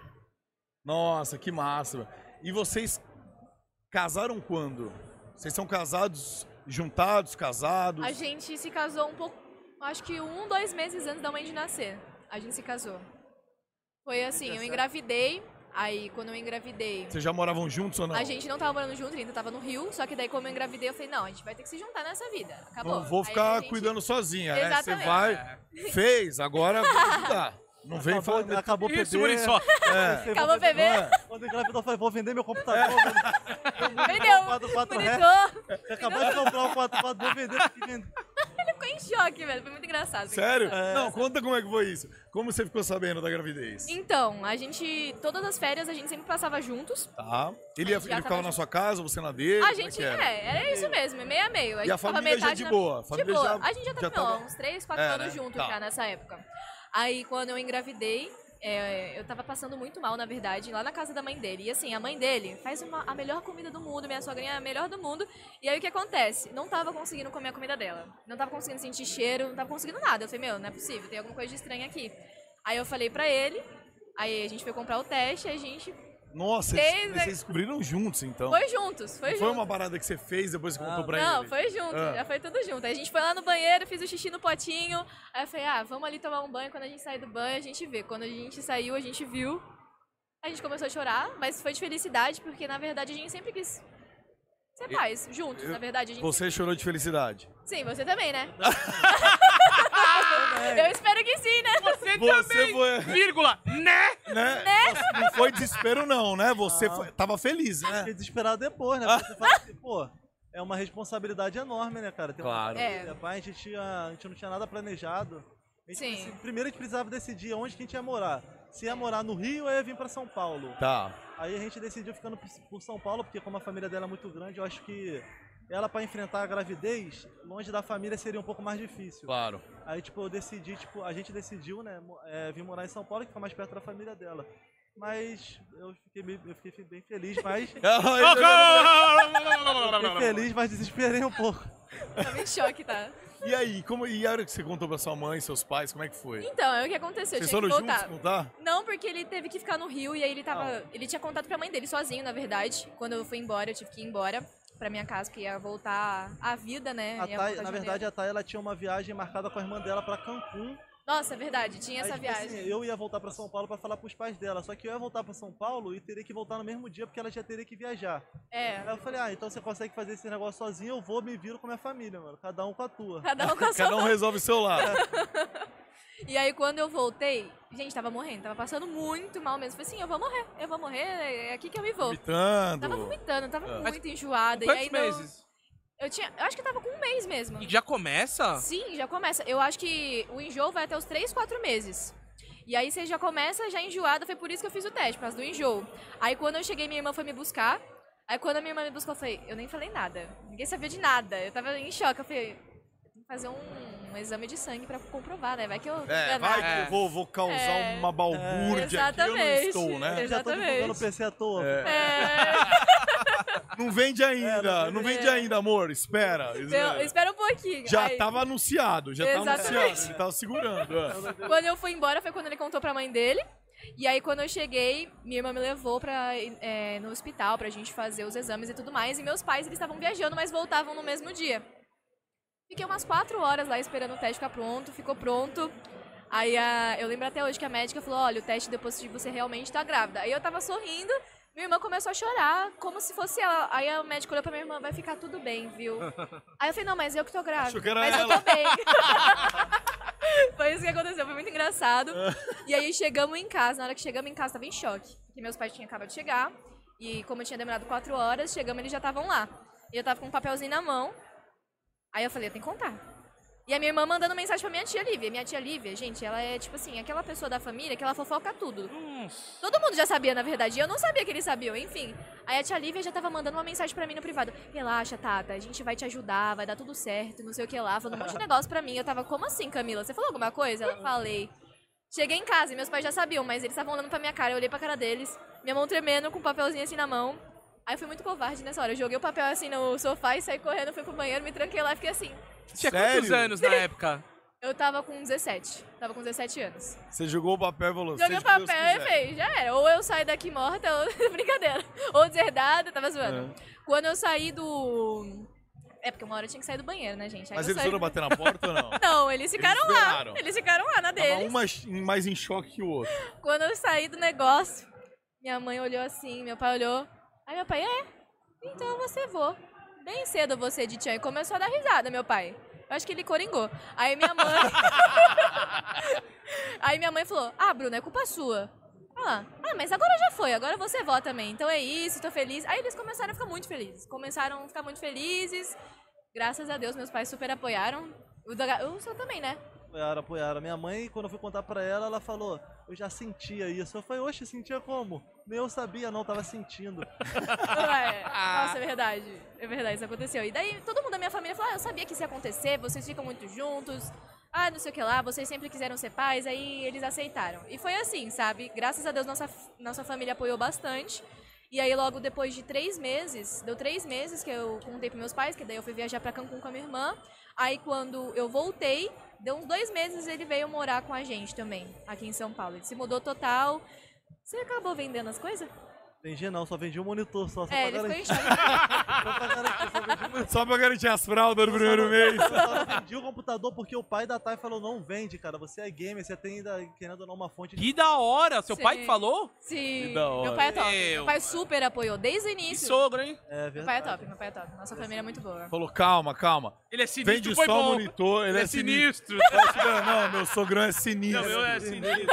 Nossa, que massa. velho. E vocês casaram quando? Vocês são casados, juntados, casados? A gente se casou um pouco. Acho que um, dois meses antes da mãe de nascer. A gente se casou. Foi assim, eu engravidei. Aí, quando eu engravidei, Vocês já moravam juntos ou não? a gente não tava morando junto, ele ainda tava no Rio. Só que daí, como eu engravidei, eu falei, não, a gente vai ter que se juntar nessa vida. Acabou. Não vou Aí a ficar gente- cuidando sozinha, né? Você Exatamente. É. vai, fez, agora vai ajudar. Não vem acabou, falar. acabou o PB. Isso, Muriçó! É, Você Acabou o não bebê, é? Quando engravidou, eu falei, vou vender meu [LAUGHS] computador. vou vender- vendeu. [LAUGHS] Quatro, quatro né? reais. Monitor. Você acabou de comprar um 4x4, vou vender pra quem vender. Ele ficou em choque, velho. Foi muito engraçado. foi Sério? engraçado. Não, conta como é que foi isso. Como você ficou sabendo da gravidez? Então, a gente. Todas as férias a gente sempre passava juntos. Tá. Ele, ia, A gente já ele ficava tava na sua casa, você na dele? A como é gente, que é, era? era isso mesmo, é meio a meio. A E a gente ficava família já metade de na- boa? A de família boa. já- Tipo, a gente já tá já tava, tava- ó, uns 3, 4 É, anos né? juntos Tá. já nessa época. Aí quando eu engravidei, é, eu tava passando muito mal, na verdade, lá na casa da mãe dele. E assim, a mãe dele faz uma- a melhor comida do mundo, minha sogrinha é a melhor do mundo. E aí o que acontece? Não tava conseguindo comer a comida dela. Não tava conseguindo sentir cheiro, não tava conseguindo nada. Eu falei, meu, não é possível, Então, tem alguma coisa de estranha aqui. Aí eu falei pra ele, aí a gente foi comprar o teste, a gente Nossa, Desde- vocês descobriram juntos, então. Foi juntos, foi Não juntos. Foi uma parada que você fez depois que Não. contou pra é. Ah, Não, ele. foi junto, Ah. já foi tudo junto. Aí a gente foi lá no banheiro, fiz o xixi no potinho. Aí eu falei, ah, vamos ali tomar um banho. Quando a gente sair do banho, a gente vê. Quando a gente saiu, a gente viu. A gente começou a chorar, mas foi de felicidade, porque na verdade a gente sempre quis ser Eu- pais, juntos. eu- na verdade, a gente. Você chorou de felicidade. Sim, você também, [LAUGHS] né? Também. Eu espero que sim, né? Você, Você também, foi. vírgula, né? Né? Não foi desespero, não, né? Você Não. foi- tava feliz, né? Fiquei desesperado depois, né? Porque Você fala assim, pô, é uma responsabilidade enorme, né, cara? Tem uma Claro. É. família, pai, a, gente tinha, a gente não tinha nada planejado. A gente Sim. precisa- primeiro a gente precisava decidir onde que a gente ia morar. Se ia morar no Rio ou ia vir pra São Paulo. Tá. Aí a gente decidiu ficando por- por São Paulo, porque como a família dela é muito grande, eu acho que ela pra enfrentar a gravidez, longe da família seria um pouco mais [LAUGHS] difícil. Claro. Aí, tipo, eu decidi, tipo, a gente decidiu, né, mo- é, vir morar em São Paulo, que fica mais perto da família dela. Mas eu fiquei, meio- eu fiquei bem feliz, mas... Ah, é [LAUGHS] Fiquei feliz, mas desesperei um pouco. Tava em choque, tá? e aí, como, e a hora que você contou pra sua mãe, seus pais, como é que foi? Então, é o que aconteceu, eu Vocês tinha foram que juntos voltar. contar? Não, porque ele teve que ficar no Rio e aí ele tava. Ele tinha contato pra mãe dele sozinho, na verdade. Quando eu fui embora, eu tive que ir embora pra minha casa, porque ia voltar a vida, né? A Ia Thay- voltar Ah, tá na de verdade, a Thay, ela tinha uma viagem marcada com a irmã dela pra Cancún. Nossa, é verdade, tinha Aí, essa tipo assim, viagem. eu ia voltar pra São Paulo pra falar pros pais dela, só que eu ia voltar pra São Paulo e teria que voltar no mesmo dia, porque ela já teria que viajar. É. Aí eu falei, ah, então você consegue fazer esse negócio sozinho, eu vou, me viro com a minha família, mano. Cada um com a [LAUGHS] tua. Cada um com a [LAUGHS] sua. Cada um resolve o seu lado. E aí, quando eu voltei, gente, tava morrendo, tava passando muito mal mesmo. Falei assim: eu vou morrer, eu vou morrer, é aqui que eu me vou. Vomitando. Tava vomitando, tava É. Ah. muito enjoada. E aí, Quantos não- meses? eu tinha. Eu acho que tava com um mês mesmo. E já começa? Sim, já começa. Eu acho que o enjoo vai até os 3, 4 meses. E aí você já começa já enjoada, foi por isso que eu fiz o teste, por causa do enjoo. Aí quando eu cheguei, minha irmã foi me buscar. Aí quando a minha irmã me buscou, eu falei, eu nem falei nada. Ninguém sabia de nada. Eu tava em choque, eu falei, eu tenho que fazer um, um exame de sangue pra comprovar, né? Vai que eu É, vai que É. eu vou, vou causar É. uma balbúrdia aqui, eu não Exatamente. estou, né? Eu já tô divulgando o Exatamente. PC à toa. É. É, Não vende ainda, É, não não vende ainda, amor. Espera. [LAUGHS] eu- espera. espera um pouquinho. Já tá Aí- tava anunciado, já tava Exatamente. anunciado. Ele tava segurando. é. Quando eu fui embora foi quando ele contou pra mãe dele. E aí, quando eu cheguei, minha irmã me levou pra, é, no hospital pra gente fazer os exames e tudo mais. E meus pais, eles estavam viajando, mas voltavam no mesmo dia. Fiquei umas quatro horas lá esperando o teste ficar pronto, ficou pronto. Aí a- eu lembro até hoje que a médica falou: olha, o teste deu positivo, você realmente tá grávida. Aí eu tava sorrindo, minha irmã começou a chorar, como se fosse ela. Aí a médica olhou pra minha irmã: vai ficar tudo bem, [LAUGHS] viu? Aí eu falei: não, mas eu que tô grávida. Achou que era mas ela. eu tô [LAUGHS] bem. Foi isso que aconteceu, foi [LAUGHS] muito engraçado. E aí chegamos em casa, na hora que chegamos em casa, tava em choque. Porque meus pais tinham acabado de chegar. E como eu tinha demorado quatro horas, chegamos eles já estavam lá. E eu tava com um papelzinho na mão. Aí eu falei, eu tenho que contar. E a minha irmã mandando mensagem pra minha tia Lívia. Minha tia Lívia, gente, ela é tipo assim, aquela pessoa da família que ela fofoca tudo. Nossa. Todo mundo já sabia, na verdade. e Eu não sabia que eles sabiam, enfim. Aí a tia Lívia já tava mandando uma mensagem pra mim no privado. Relaxa, Tata, a gente vai te ajudar, vai dar tudo certo, não sei o que lá. Falando um monte de negócio pra mim. Eu tava, como assim, Camila? Você falou alguma coisa? Ela falei. Cheguei em casa e meus pais já sabiam, mas eles estavam olhando pra minha cara. Eu olhei pra cara deles, minha mão tremendo, com um papelzinho assim na mão. Aí eu fui muito covarde nessa hora. Eu joguei o papel assim no sofá e saí correndo, fui pro banheiro, me tranquei lá e fiquei assim. Tinha Sério? quantos anos na época? Eu tava com 17. Tava com 17 anos. Você jogou o papel e falou. "Seja Joguei o o que Deus papel e quiser". falei, já era. Ou eu saio daqui morta, ou. [LAUGHS] Brincadeira. Ou deserdada, tava zoando. É. Quando eu saí do. É porque uma hora eu tinha que sair do banheiro, né, gente? Aí Mas eu eles saí- foram bater na porta ou não? Não, eles ficaram esperaram. lá. Eles ficaram lá na Tava deles. um mais, mais em choque que o outro. Quando eu saí do negócio, minha mãe olhou assim, meu pai olhou. Aí meu pai, é? Então você vou. Bem cedo você de tchan. E começou a dar risada, meu pai. Eu acho que ele coringou. Aí minha mãe. Aí minha mãe falou: Ah, Bruna, é culpa sua. Ela, ah, mas agora já foi, agora você vó também. Então é isso, tô feliz. Aí eles começaram a ficar muito felizes. Começaram a ficar muito felizes. Graças a Deus, meus pais super apoiaram. O, da, o seu também, né? Apoiaram, apoiaram. Minha mãe, quando eu fui contar pra ela, ela falou, eu já sentia isso. Eu falei, oxe, sentia como? Nem eu sabia, não, tava sentindo. Ué, Nossa, é verdade. É verdade, isso aconteceu. E daí todo mundo da minha família falou: ah, eu sabia que isso ia acontecer, vocês ficam muito juntos. Ah, não sei o que lá, vocês sempre quiseram ser pais, aí eles aceitaram. E foi assim, sabe? Graças a Deus nossa, nossa família apoiou bastante. E aí logo depois de três meses, deu três meses que eu contei pros meus pais, que daí eu fui viajar pra Cancún com a minha irmã. Aí quando eu voltei, deu uns dois meses ele veio morar com a gente também, aqui em São Paulo. Ele se mudou total. Você acabou vendendo as coisas? Vendi não, só vendi o monitor, só, só É, ele pra ficou garantir. em choque. Só pra garantir, só vendi o monitor. Só pra garantir as fraldas no primeiro mês. Eu só não vendi o computador porque o pai da Thay falou, não vende, cara, você é gamer, você tem ainda, querendo ou não, uma fonte de... Que da hora! Seu Sim. pai que falou? Sim. Que da hora. Meu pai é top. Meu. Meu pai super apoiou desde o Que início. sogro, hein? É Meu pai é verdade. top, meu pai é top. Nossa família é muito boa. Falou, calma, calma. Ele é sinistro, Vende foi só o bom. monitor, ele Ele é, [LAUGHS] é sinistro. Não, não, meu sogrão é sinistro. Não, eu é sinistro.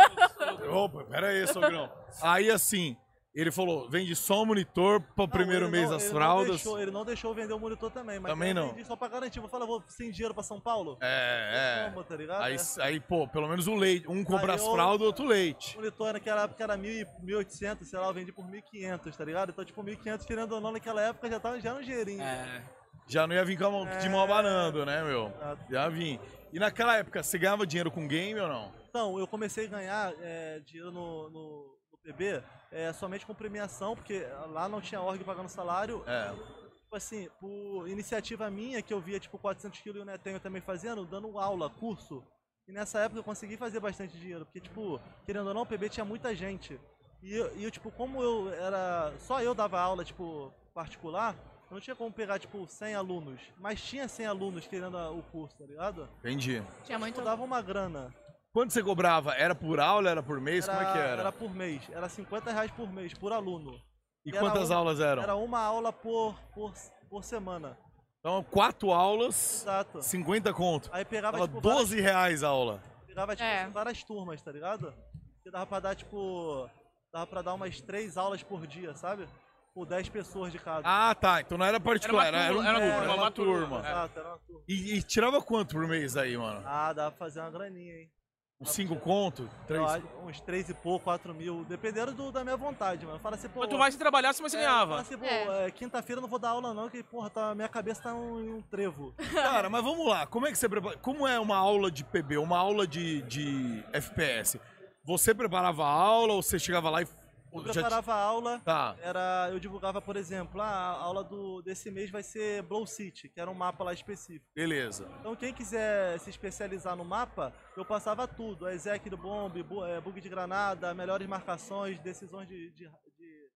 Opa, pera aí, sogrão. Aí assim, ele falou, vende só o monitor pro Não, primeiro ele mês não- as ele não fraldas. deixou- ele não deixou eu vender o monitor também, mas Também eu não. vendi só pra garantir. Vou falar, vou sem dinheiro pra São Paulo? É, é. Como, tá ligado? Aí, É. aí, pô, pelo menos o leite. Um compra Aí as eu- fraldas, outro O leite. monitor naquela época era 1.000 e 1.800, sei lá, eu vendi por 1.500, tá ligado? Então, tipo, 1.500, querendo ou não, naquela época já, tava, já era um dinheirinho. É. Já não ia vir com a mão, de mão abanando, né, meu? É. Exato. Já vim. E naquela época, você ganhava dinheiro com game ou não? Então, eu comecei a ganhar é, dinheiro no, no, no PB é, somente com premiação, porque lá não tinha org pagando salário. É. Tipo assim, por iniciativa minha, que eu via, tipo, 400 quilos e o Netenho também fazendo, dando aula, curso. E nessa época eu consegui fazer bastante dinheiro, porque, tipo, querendo ou não, o PB tinha muita gente. E eu, e eu, tipo, como eu era. Só eu dava aula, tipo, particular, eu não tinha como pegar, tipo, 100 alunos. Mas tinha 100 alunos querendo a- o curso, tá ligado? Entendi. Tinha muito. Eu dava uma grana. Quanto você cobrava? Era por aula, era por mês? Como é que era? por mês. Era 50 reais por mês, por aluno. E era quantas um- aulas eram? Era uma aula por, por, por semana. Então, quatro aulas, Exato. 50 conto. Aí pegava, Tava tipo, 12 reais a aula. várias, pegava tipo, É. várias turmas, tá ligado? Que dava pra dar, tipo. Dava pra dar umas três aulas por dia, sabe? Por 10 pessoas de cada. Ah, tá. Então não era particular, era, Era uma um turma, grupo, era uma turma. É. Exato, era uma turma. E, e tirava quanto por mês aí, mano? Ah, dava pra fazer uma graninha, hein? Uns 5 conto? tipo- Eu 3? acho uns três e pouco, quatro mil. Dependendo do- da minha vontade, mano. Fala assim, pô. Quanto mais você trabalhasse, mais você fala ganhava. assim, pô, É. é, quinta-feira eu não vou dar aula, não, que, porra, tá, minha cabeça tá um- em um trevo. Cara, mas vamos lá. Como é que você prepara? Como é uma aula de PB, uma aula de, de FPS? Você preparava a aula ou você chegava lá e. Eu já te- preparava a aula, Tá. era, eu divulgava, por exemplo, ah, a aula do, desse mês vai ser Blow City, que era um mapa lá específico. Beleza. Então quem quiser se especializar no mapa, eu passava tudo. A Exec do Bomb, bu- eh, bug de granada, melhores marcações, decisões de, de- de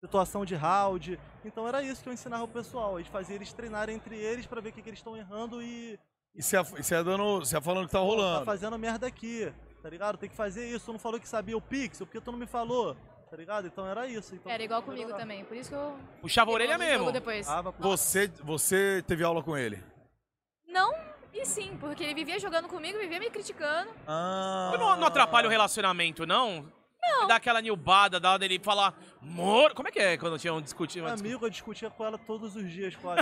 situação de round. Então era isso que eu ensinava o pessoal. A gente fazia eles treinarem entre eles pra ver o que, que eles estão errando e E você e você é dando. Você é falando que tá Pô, rolando. Tá fazendo merda aqui, tá ligado? Tem que fazer isso. Tu não falou que sabia o pixel, porque tu não me falou, tá ligado? Então era isso. Então, Era igual melhorar. comigo também. Por isso que eu. Puxava a orelha peguei no jogo mesmo. Depois. Ah, vai pro- Você, você teve aula com ele? Não e sim, porque ele vivia jogando comigo, vivia me criticando. Ah. Mas Não, não atrapalha o relacionamento, não? Não. Dá aquela nilbada, dá dele falar, amor. Como é que é quando tinha um discutindo? Minha amiga, eu discutia com ela todos os dias, quase.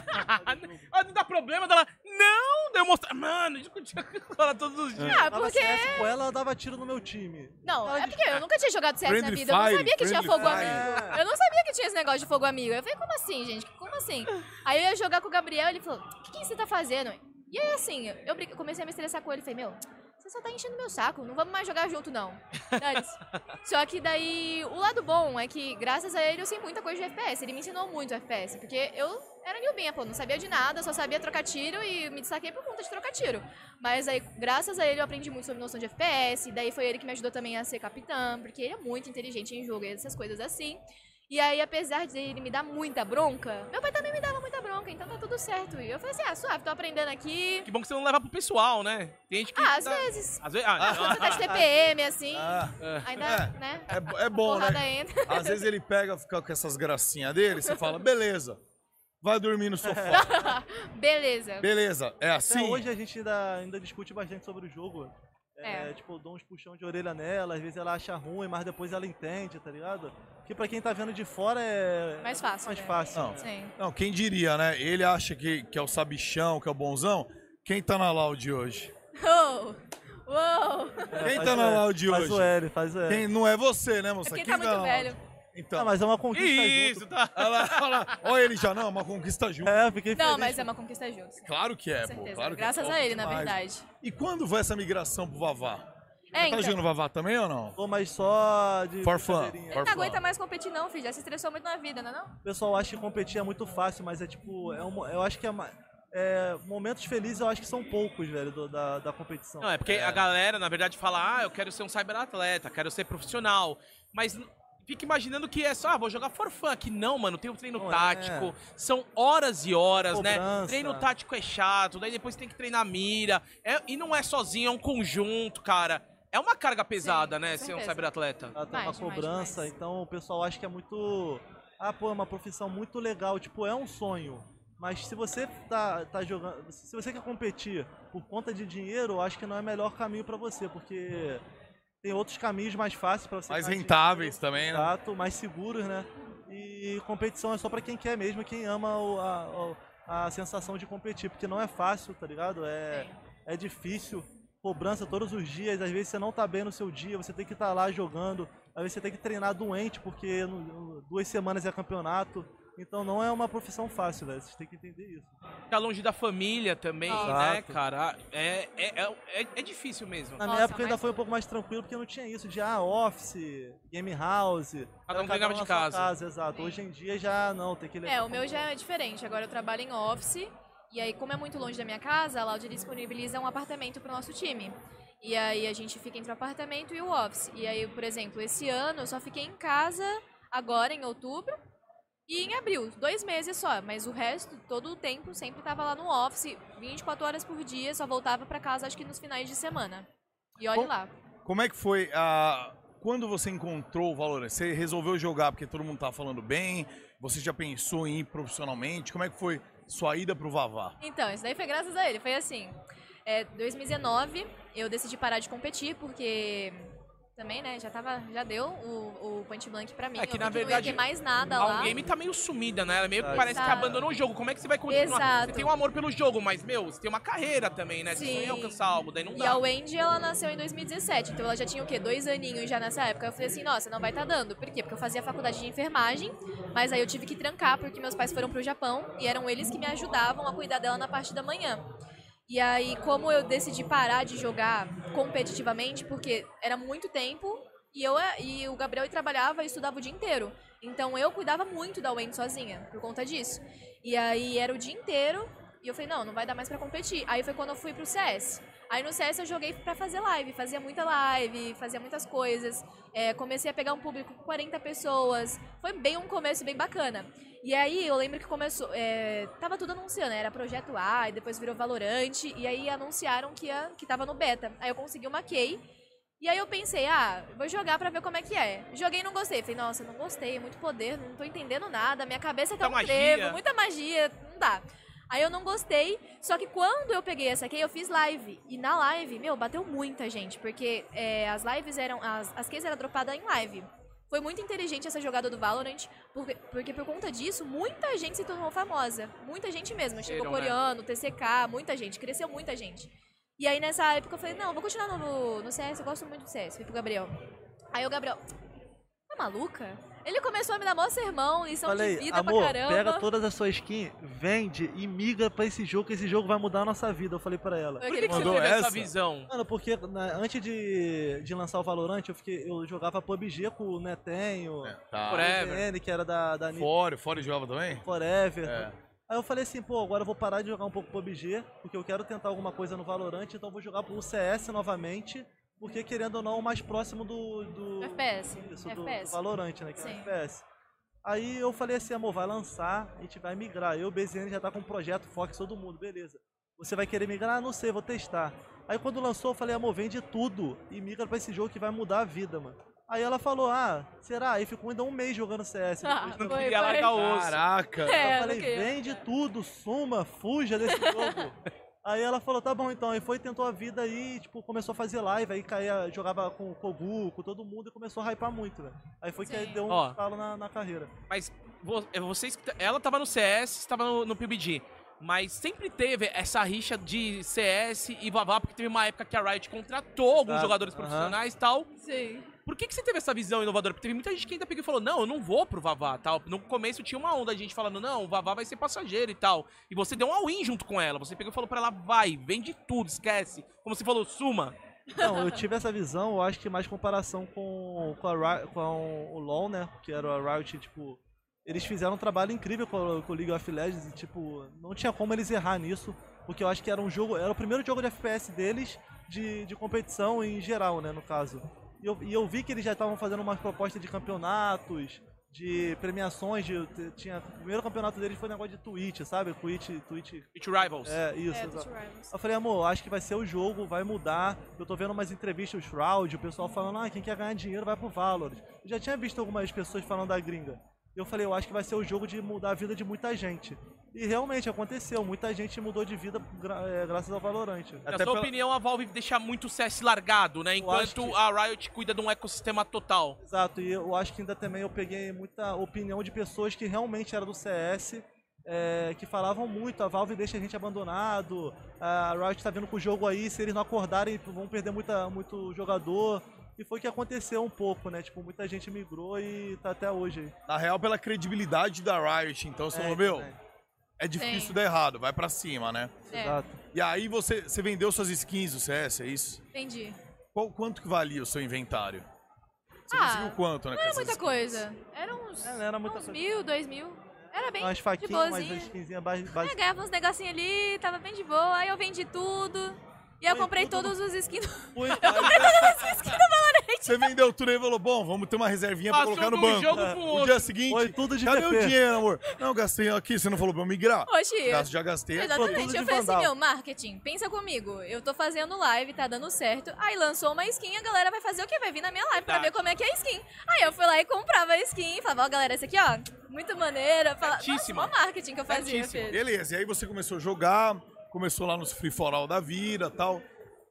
Ela [LAUGHS] Ah, não dá problema dela. Não! Daí eu mostrar. Mano, discutia com ela todos os dias. Ah, dava porque. CS com ela, ela dava tiro no meu time. Não, é porque eu nunca tinha jogado CS na Friendly vida. Eu não fire, sabia que tinha friendly fogo fire. amigo. Eu não sabia que tinha esse negócio de fogo amigo. Eu falei, como assim, gente? Como assim? Aí eu ia jogar com o Gabriel ele falou, o que, que você tá fazendo? E aí, assim, eu brinca- comecei a me estressar com ele. Falei, meu, você só tá enchendo meu saco. Não vamos mais jogar junto, não. Dane-se. Só que daí, o lado bom é que, graças a ele, eu sei muita coisa de FPS. Ele me ensinou muito FPS, porque eu era newbinha, pô, não sabia de nada, só sabia trocar tiro e me destaquei por conta de trocar tiro. Mas aí, graças a ele, eu aprendi muito sobre noção de FPS, daí foi ele que me ajudou também a ser capitã, porque ele é muito inteligente em jogo e essas coisas assim. E aí, apesar de ele me dar muita bronca, meu pai também me dava muita bronca, então tá tudo certo. E eu falei assim, ah, suave, tô aprendendo aqui. Que bom que você não leva pro pessoal, né? Tem gente que. Ah, às dá- vezes, [LAUGHS] Às vezes. Ah, [LAUGHS] quando você tá de TPM, assim, Tá. Ah, ainda, É. né, é, bo- é bom, né? porrada entra. Às vezes ele pega, fica com essas gracinhas dele, você fala, beleza, vai dormir no sofá. [LAUGHS] Beleza. Beleza, é Até assim? hoje a gente ainda, ainda discute bastante sobre o jogo. É, É. Tipo, eu dou uns puxão de orelha nela, às vezes ela acha ruim, mas depois ela entende, tá ligado? Que pra quem tá vendo de fora é. Mais é fácil, Mais né? fácil. Não. Sim. Não, quem diria, né? Ele acha que, que é o sabichão, que é o bonzão. Quem tá na loud hoje? Oh, uou. É, Quem faz tá o na L, loud faz hoje? o L, faz o L. Quem não é você, né, moça? É porque Quem tá na muito loud? velho. Então, Ah, mas é uma conquista Isso, junto. tá. olha lá, olha lá. Olha ele já, não, uma [LAUGHS] conquista junto. É, eu fiquei Não, feliz. mas é uma conquista juntos. Claro que é, Com pô. certeza. Claro que é Graças top a ele, na demais. verdade. E quando foi essa migração pro Vavá? É, Tá então. jogando Vavá também ou não? Pô, mas só de. For fun, brincadeirinha. for Ele não fun. aguenta mais competir, não, filho. Já se estressou muito na vida, não é não? O pessoal acha que competir é muito fácil, mas é tipo. É um, eu acho que é, ma- é, Momentos felizes eu acho que são poucos, velho, do- da, da competição. Não, é porque a galera, na verdade, fala: ah, eu quero ser um cyberatleta, quero ser profissional. Mas n- fica imaginando que é só, ah, vou jogar for fun aqui. Não, mano, tem o treino Não é. tático, são horas e horas, né? Cobrança. tá Treino tático é chato, daí depois tem que treinar mira. É- e não é sozinho, é um conjunto, cara. É uma carga pesada, Sim, né, com ser um certeza. cyberatleta. Ela tem uma Demais, demais, cobrança, demais. então o pessoal acha que é muito. Ah, pô, é uma profissão muito legal, tipo, é um sonho. Mas se você tá, tá jogando. Se você quer competir por conta de dinheiro, eu acho que não é o melhor caminho pra você, porque tem outros caminhos mais fáceis pra você Mais ganhar rentáveis também, dinheiro, né? Exato, mais seguros, né? E competição é só pra quem quer mesmo, quem ama o- a, o- a sensação de competir, porque não é fácil, tá ligado? É, é difícil, cobrança todos os dias, às vezes você não tá bem no seu dia, você tem que estar lá jogando, às vezes você tem que treinar doente, porque no- no- duas semanas é campeonato. Então não é uma profissão fácil, velho. Vocês têm que entender isso. Ficar longe da família também, Nossa. né, cara? É, é, é, é- é difícil mesmo. Na Nossa, minha época ainda mas- foi um pouco mais tranquilo, porque não tinha isso de ah, office, game house. um treinava na de sua casa. Exato. Sim. Hoje em dia já não, tem que levar. É, o meu já é diferente. Agora eu trabalho em office. E aí, como é muito longe da minha casa, a Laude disponibiliza um apartamento pro nosso time. E aí a gente fica entre o apartamento e o office. E aí, por exemplo, esse ano eu só fiquei em casa agora, em outubro. E em abril, dois meses só, mas o resto, todo o tempo, sempre tava lá no office, 24 horas por dia, só voltava pra casa acho que nos finais de semana. E olha Bom, lá. Como é que foi a. Quando você encontrou o Valorant? Você resolveu jogar porque todo mundo tá falando bem? Você já pensou em ir profissionalmente? Como é que foi sua ida pro Vavá? Então, isso daí foi graças a ele. Foi assim. É, 2019, eu decidi parar de competir, porque também, né, já tava. Já deu o, o Point Blank pra mim. É que, eu na vi não verdade, ia ter mais nada A lá. game tá meio sumida, né? Ela meio que Exato. parece que Exato. abandonou o jogo. Como é que você vai continuar? Exato. Você tem um amor pelo jogo, mas, meu, você tem uma carreira também, né? Você Sim. sonha em alcançar algo, daí não E é a dá. Wendy, ela nasceu em 2017, então ela já tinha o quê? Dois aninhos já nessa época. Eu falei assim, nossa, não vai estar dando. Por quê? Porque eu fazia faculdade de enfermagem, mas aí eu tive que trancar porque meus pais foram pro Japão e eram eles que me ajudavam a cuidar dela na parte da manhã. E aí, como eu decidi parar de jogar competitivamente, porque era muito tempo e eu e o Gabriel trabalhava e estudava o dia inteiro. Então eu cuidava muito da Wendy sozinha por conta disso. E aí era o dia inteiro e eu falei, não, não vai dar mais pra competir. Aí foi quando eu fui pro CS. Aí no CS eu joguei pra fazer live, fazia muita live, fazia muitas coisas. É, comecei a pegar um público com 40 pessoas. Foi bem um começo bem bacana. E aí eu lembro que começou. é, tava tudo anunciando, era Projeto A, e depois virou Valorante, e aí anunciaram que, ia, que tava no beta. Aí eu consegui uma key. E aí eu pensei, ah, vou jogar pra ver como é que é. Joguei e não gostei. Falei, nossa, não gostei, é muito poder, não tô entendendo nada, minha cabeça Muita tá um magia. trevo, muita magia, não dá. Aí eu não gostei, só que quando eu peguei essa key, eu fiz live. E na live, meu, bateu muita gente, porque é, as lives eram. As, as keys eram dropadas em live. Foi muito inteligente essa jogada do Valorant, porque, porque por conta disso, muita gente se tornou famosa. Muita gente mesmo. Chegou Cresceram, né? coreano, TCK, muita gente. Cresceu muita gente. E aí nessa época eu falei, não, vou continuar no, no CS, eu gosto muito do CS. Fui pro Gabriel. Aí o Gabriel, tá maluca? Ele começou a me dar mó sermão, lição Falei, de vida amor, pra caramba. pega todas as suas skins, vende e migra pra esse jogo, que esse jogo vai mudar a nossa vida. Eu falei pra ela. Foi Por que, aquele que você Mandou teve essa, essa? visão? Mano, porque né, antes de, de lançar o Valorant, eu, fiquei, eu jogava PUBG com o Netenho, Tá. Forever. o que era da, da Ni- Fora, fora de Java também? Forever. É. Aí eu falei assim, pô, agora eu vou parar de jogar um pouco PUBG, porque eu quero tentar alguma coisa no Valorant, então eu vou jogar pro CS novamente, porque querendo ou não, é o mais próximo do. do FPS, isso, do, do FPS. Valorant, né? Que é É Sim. FPS. Aí eu falei assim, amor, vai lançar, a gente vai migrar. Eu, o BZN já tá com um projeto, Fox, todo mundo, beleza. Você vai querer migrar? Ah, não sei, vou testar. Aí quando lançou, eu falei, amor, vende tudo e migra pra esse jogo que vai mudar a vida, mano. Aí ela falou, ah, será? Aí ficou ainda um mês jogando CS. Ah, depois. Não Foi, queria foi. largar o osso. Caraca! É, eu eu não falei, queria. vende tudo, suma, fuja desse jogo. [LAUGHS] aí ela falou, tá bom então. Aí foi, tentou a vida aí, tipo, começou a fazer live, aí caía, jogava com o Kogu, com todo mundo e começou a hypar muito, velho. Aí foi que aí Sim. deu um Ó. estalo na, na carreira. Mas vo- é vocês, que t- ela tava no CS, estava no, no PUBG. Mas sempre teve essa rixa de CS e Vavá, porque teve uma época que a Riot contratou alguns Exato, jogadores aham. profissionais e tal. Sim. Por que, que você teve essa visão inovadora? Porque teve muita gente que ainda pegou e falou, não, eu não vou pro Vavá, tal. No começo tinha uma onda de gente falando, não, o Vavá vai ser passageiro e tal. E você deu um all-in junto com ela. Você pegou e falou pra ela, vai, vende tudo, esquece. Como você falou, suma. Não, eu tive essa visão, eu acho que mais comparação com, com, a Ri- com o LoL, né? Que era a Riot, tipo. Eles fizeram um trabalho incrível com, a- com o League of Legends e, tipo, não tinha como eles errar nisso. Porque eu acho que era um jogo. Era o primeiro jogo de FPS deles de, de competição em geral, né? No caso. E eu, e eu vi que eles já estavam fazendo umas propostas de campeonatos, de premiações. De, t- tinha, o primeiro campeonato deles foi um negócio de Twitch, sabe? Twitch, Twitch. It Rivals. É, isso. É, exato. Twitch Rivals. Eu falei, amor, acho que vai ser o jogo, vai mudar. Eu tô vendo umas entrevistas, o Shroud, o pessoal falando, ah, quem quer ganhar dinheiro vai pro Valorant. Eu já tinha visto algumas pessoas falando da gringa. Eu falei, eu acho que vai ser o jogo de mudar a vida de muita gente. E realmente aconteceu, muita gente mudou de vida gra- é, graças ao Valorant. Na Até sua pela- opinião, a Valve deixa muito o CS largado, né? acho Enquanto que- a Riot cuida de um ecossistema total. Exato, e eu acho que ainda também eu peguei muita opinião de pessoas que realmente eram do CS, é, que falavam muito, a Valve deixa a gente abandonado, a Riot tá vindo com o jogo aí, se eles não acordarem vão perder muita, muito jogador. E foi o que aconteceu um pouco, né? Tipo, muita gente migrou e tá até hoje aí. Na real, pela credibilidade da Riot, então, você falou, meu, também. é difícil Sim. dar errado, vai pra cima, né? É, Exato. E aí você, você vendeu suas skins do CS, é isso? entendi. Qual, quanto que valia o seu inventário? Você Ah, conseguiu quanto, né? Não era muita coisa. Era uns, É, não era muita uns coisa. mil, dois mil. Era bem Umas de faquinhas, umas boazinha. skinzinhas básicas. [LAUGHS] É, ganhava uns negocinhos ali, tava bem de boa. Aí eu vendi tudo. E eu Foi comprei tudo todos os skins. Você vendeu tudo e falou, bom, vamos ter uma reservinha pra Passou colocar no de um banco. É, jogo pro O outro. dia seguinte, Foi tudo de cadê VP? o dinheiro, amor? Não, gastei aqui, você não falou pra eu migrar. Oxi, eu- Gasto, já gastei. Exatamente, produto eu de falei assim, Vandal. meu, marketing, pensa comigo, eu tô fazendo live, tá dando certo, aí lançou uma skin, a galera vai fazer o quê? Vai vir na minha live pra ver Verdade. como é que é a skin. Aí eu fui lá e comprava a skin, falava, ó galera, essa aqui, ó, muito maneira, fala, nossa, Certíssima. mó marketing que eu fazia, Certíssima. filho. Beleza, e aí você começou a jogar, começou lá nos free for all da vida tal.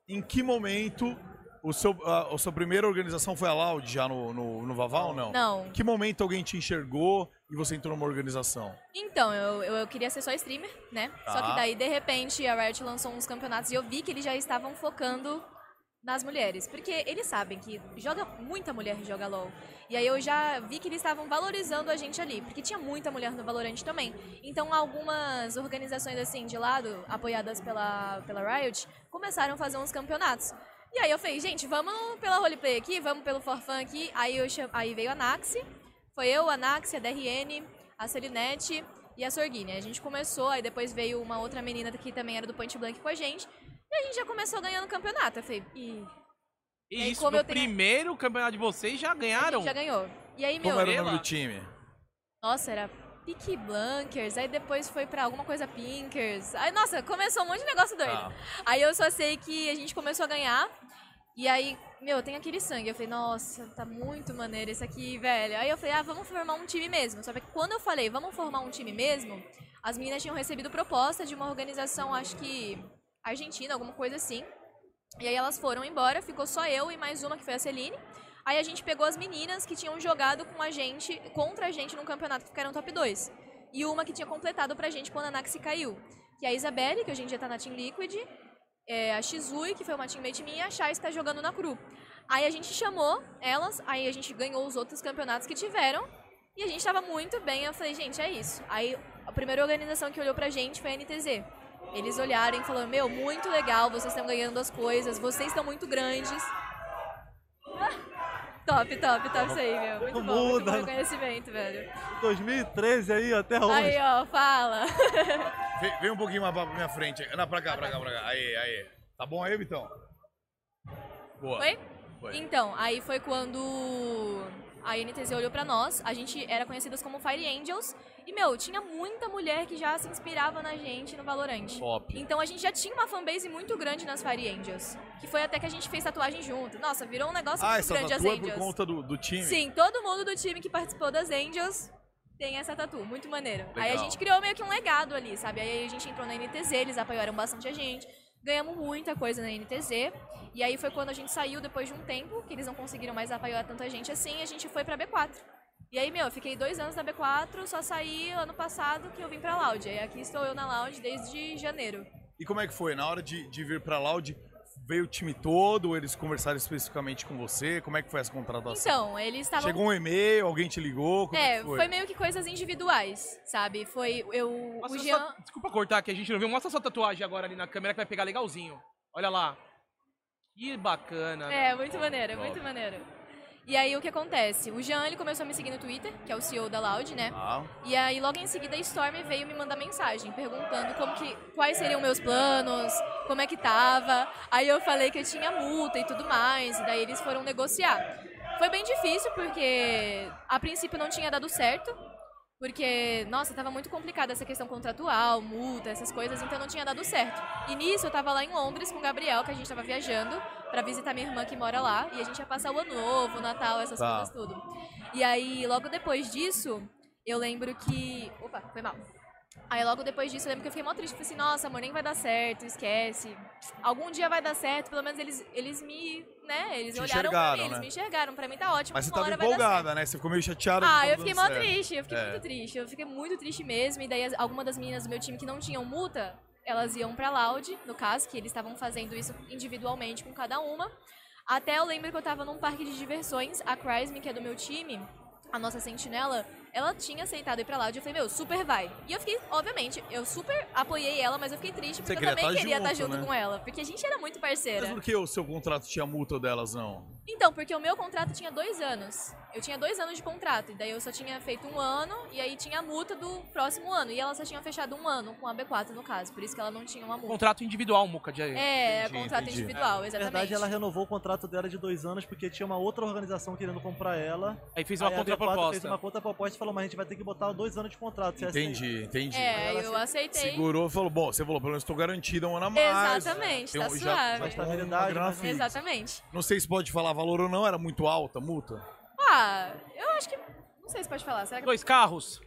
Em que momento o seu, a, a sua primeira organização foi a Loud já no, no, no Vavá ou não? Não, Em que momento alguém te enxergou e você entrou numa organização? então, eu, eu, eu queria ser só streamer, né, só Tá. que daí, de repente, a Riot lançou uns campeonatos e eu vi que eles já estavam focando nas mulheres, porque eles sabem que joga muita mulher que joga LoL. E aí eu já vi que eles estavam valorizando a gente ali, porque tinha muita mulher no Valorant também. Então algumas organizações assim de lado, apoiadas pela, pela Riot, começaram a fazer uns campeonatos. E aí eu falei, gente, vamos pela roleplay aqui, vamos pelo Forfan aqui. Aí, eu cha- aí veio a Naxi, foi eu, a Naxi, a DRN, a Celinete e a Sorguini. A gente começou, aí depois veio uma outra menina que também era do Point Blank com a gente. E a gente já começou ganhando o campeonato. Eu falei, ih, E E aí, isso como no eu tenho- primeiro campeonato de vocês já a ganharam. gente já ganhou. E aí, meu, um Como era o Ela. nome do time? Nossa, era Peaky Blankers, aí depois foi pra alguma coisa Pinkers. Aí, nossa, começou um monte de negócio doido. Ah, Aí eu só sei que a gente começou a ganhar. E aí, meu, tem aquele sangue. Eu falei, nossa, tá muito maneiro esse aqui, velho. Aí eu falei, ah, vamos formar um time mesmo. Só que quando eu falei, vamos formar um time mesmo, as meninas tinham recebido proposta de uma organização, acho que argentina, alguma coisa assim. E aí elas foram embora, ficou só eu e mais uma que foi a Celine. Aí a gente pegou as meninas que tinham jogado com a gente, contra a gente num campeonato que ficaram top 2. E uma que tinha completado pra gente quando a Naxi caiu. Que é a Isabelle, que hoje em dia tá na Team Liquid, é, a Shizui, que foi uma teammate minha, e a Shai está jogando na Cru. Aí a gente chamou elas, aí a gente ganhou os outros campeonatos que tiveram e a gente estava muito bem. Eu falei, gente, é isso. Aí a primeira organização que olhou pra gente foi a NTZ. Eles olharam e falaram: Meu, muito legal, vocês estão ganhando as coisas, vocês estão muito grandes. [LAUGHS] Ah, Top, top, top isso aí, meu. Muito bom, muito Muda. bom reconhecimento, velho. 2013 aí, até hoje. Aí, ó, fala. vem, vem um pouquinho mais pra minha frente. Não, pra cá, pra cá, pra cá. Aí, aí. Tá bom aí, Vitão? Boa. Foi? Foi. Então, aí foi quando a NTZ olhou pra nós. A gente era conhecidas como Fire Angels. E, meu, tinha muita mulher que já se inspirava na gente no Valorant. Top. Então a gente já tinha uma fanbase muito grande nas Fire Angels. Que foi até que a gente fez tatuagem junto. Nossa, virou um negócio Ah, muito essa grande as tatu é por Angels. conta do, do time? Sim, todo mundo do time que participou das Angels tem essa tatu, muito maneiro. Aí a Legal. gente criou meio que um legado ali, sabe? Aí a gente entrou na NTZ, eles apoiaram bastante a gente. Ganhamos muita coisa na NTZ. E aí foi quando a gente saiu depois de um tempo, que eles não conseguiram mais apoiar tanta gente assim, e a gente foi pra B4. E aí, meu, eu fiquei dois anos na B4, só saí ano passado que eu vim pra Loud. Aí aqui estou eu na Loud desde janeiro. E como é que foi? Na hora de, de vir pra Loud, veio o time todo? Eles conversaram especificamente com você? Como é que foi essa contratação? Então, eles estavam Chegou um e-mail, alguém te ligou? Como é, É, que foi? foi meio que coisas individuais, sabe? Foi eu. Mostra o sua- Jean. Desculpa cortar, que a gente não viu. Mostra sua tatuagem agora ali na câmera que vai pegar legalzinho. Olha lá. Que bacana. É, muito maneiro, Top. muito maneiro. E aí o que acontece? O Jean ele começou a me seguir no Twitter, que é o CEO da Loud, né? Ah, E aí logo em seguida a Storm veio me mandar mensagem perguntando como que quais seriam meus planos, como é que tava. Aí eu falei que eu tinha multa e tudo mais, e daí eles foram negociar. Foi bem difícil porque a princípio não tinha dado certo. Porque, nossa, tava muito complicada essa questão contratual, multa, essas coisas, então não tinha dado certo. E nisso eu tava lá em Londres com o Gabriel, que a gente tava viajando pra visitar minha irmã que mora lá, e a gente ia passar o ano novo, o Natal, essas Tá. coisas tudo. E aí, logo depois disso, eu lembro que. Opa, foi mal. Aí logo depois disso eu lembro que eu fiquei mó triste, falei assim, nossa, amor, nem vai dar certo, esquece. Algum dia vai dar certo, pelo menos eles, eles me, né, eles Te olharam pra mim, enxergaram, eles né? me enxergaram, pra mim tá ótimo, mas você uma tava hora vai dar certo. empolgada, né? Você ficou meio chateada. que Ah, tava eu fiquei dando mó certo. triste, eu fiquei É. muito triste. Eu fiquei muito triste mesmo. E daí as- alguma das meninas do meu time que não tinham multa, elas iam pra Loud, no caso, que eles estavam fazendo isso individualmente com cada uma. Até eu lembro que eu tava num parque de diversões, a Crisme, que é do meu time, a nossa sentinela, ela tinha aceitado ir pra Loud. Eu falei, meu, super vai. E eu fiquei, obviamente, eu super apoiei ela, mas eu fiquei triste Você porque eu queria também tá queria estar junto, junto né? com ela. Porque a gente era muito parceira. Mas por que o seu contrato tinha multa delas, não? Então, porque o meu contrato tinha dois anos. Eu tinha dois anos de contrato, e daí eu só tinha feito um ano, e aí tinha a multa do próximo ano. E ela só tinha fechado um ano, com a B4 no caso, por isso que ela não tinha uma multa. Contrato individual, Muca. De... É, Entendi, contrato entendi. individual, Na exatamente. verdade, ela renovou o contrato dela de dois anos porque tinha uma outra organização querendo comprar ela. Aí fez uma Aí a V4 Fez contraproposta. uma contraproposta e falou, mas a gente vai ter que botar dois anos de contrato. assim, Você aceita? Entendi, entendi. É, Ela eu aceitei. Segurou e falou, bom, você falou, pelo menos tô garantida um ano a mais. Exatamente, Tem tá um- já- Mas suave. já- estabilidade, grana mas- assim, fixa. Exatamente. Não sei se pode falar valor ou não, era muito alta a multa. Ah, eu acho que. Não sei se pode falar, será que. Dois carros.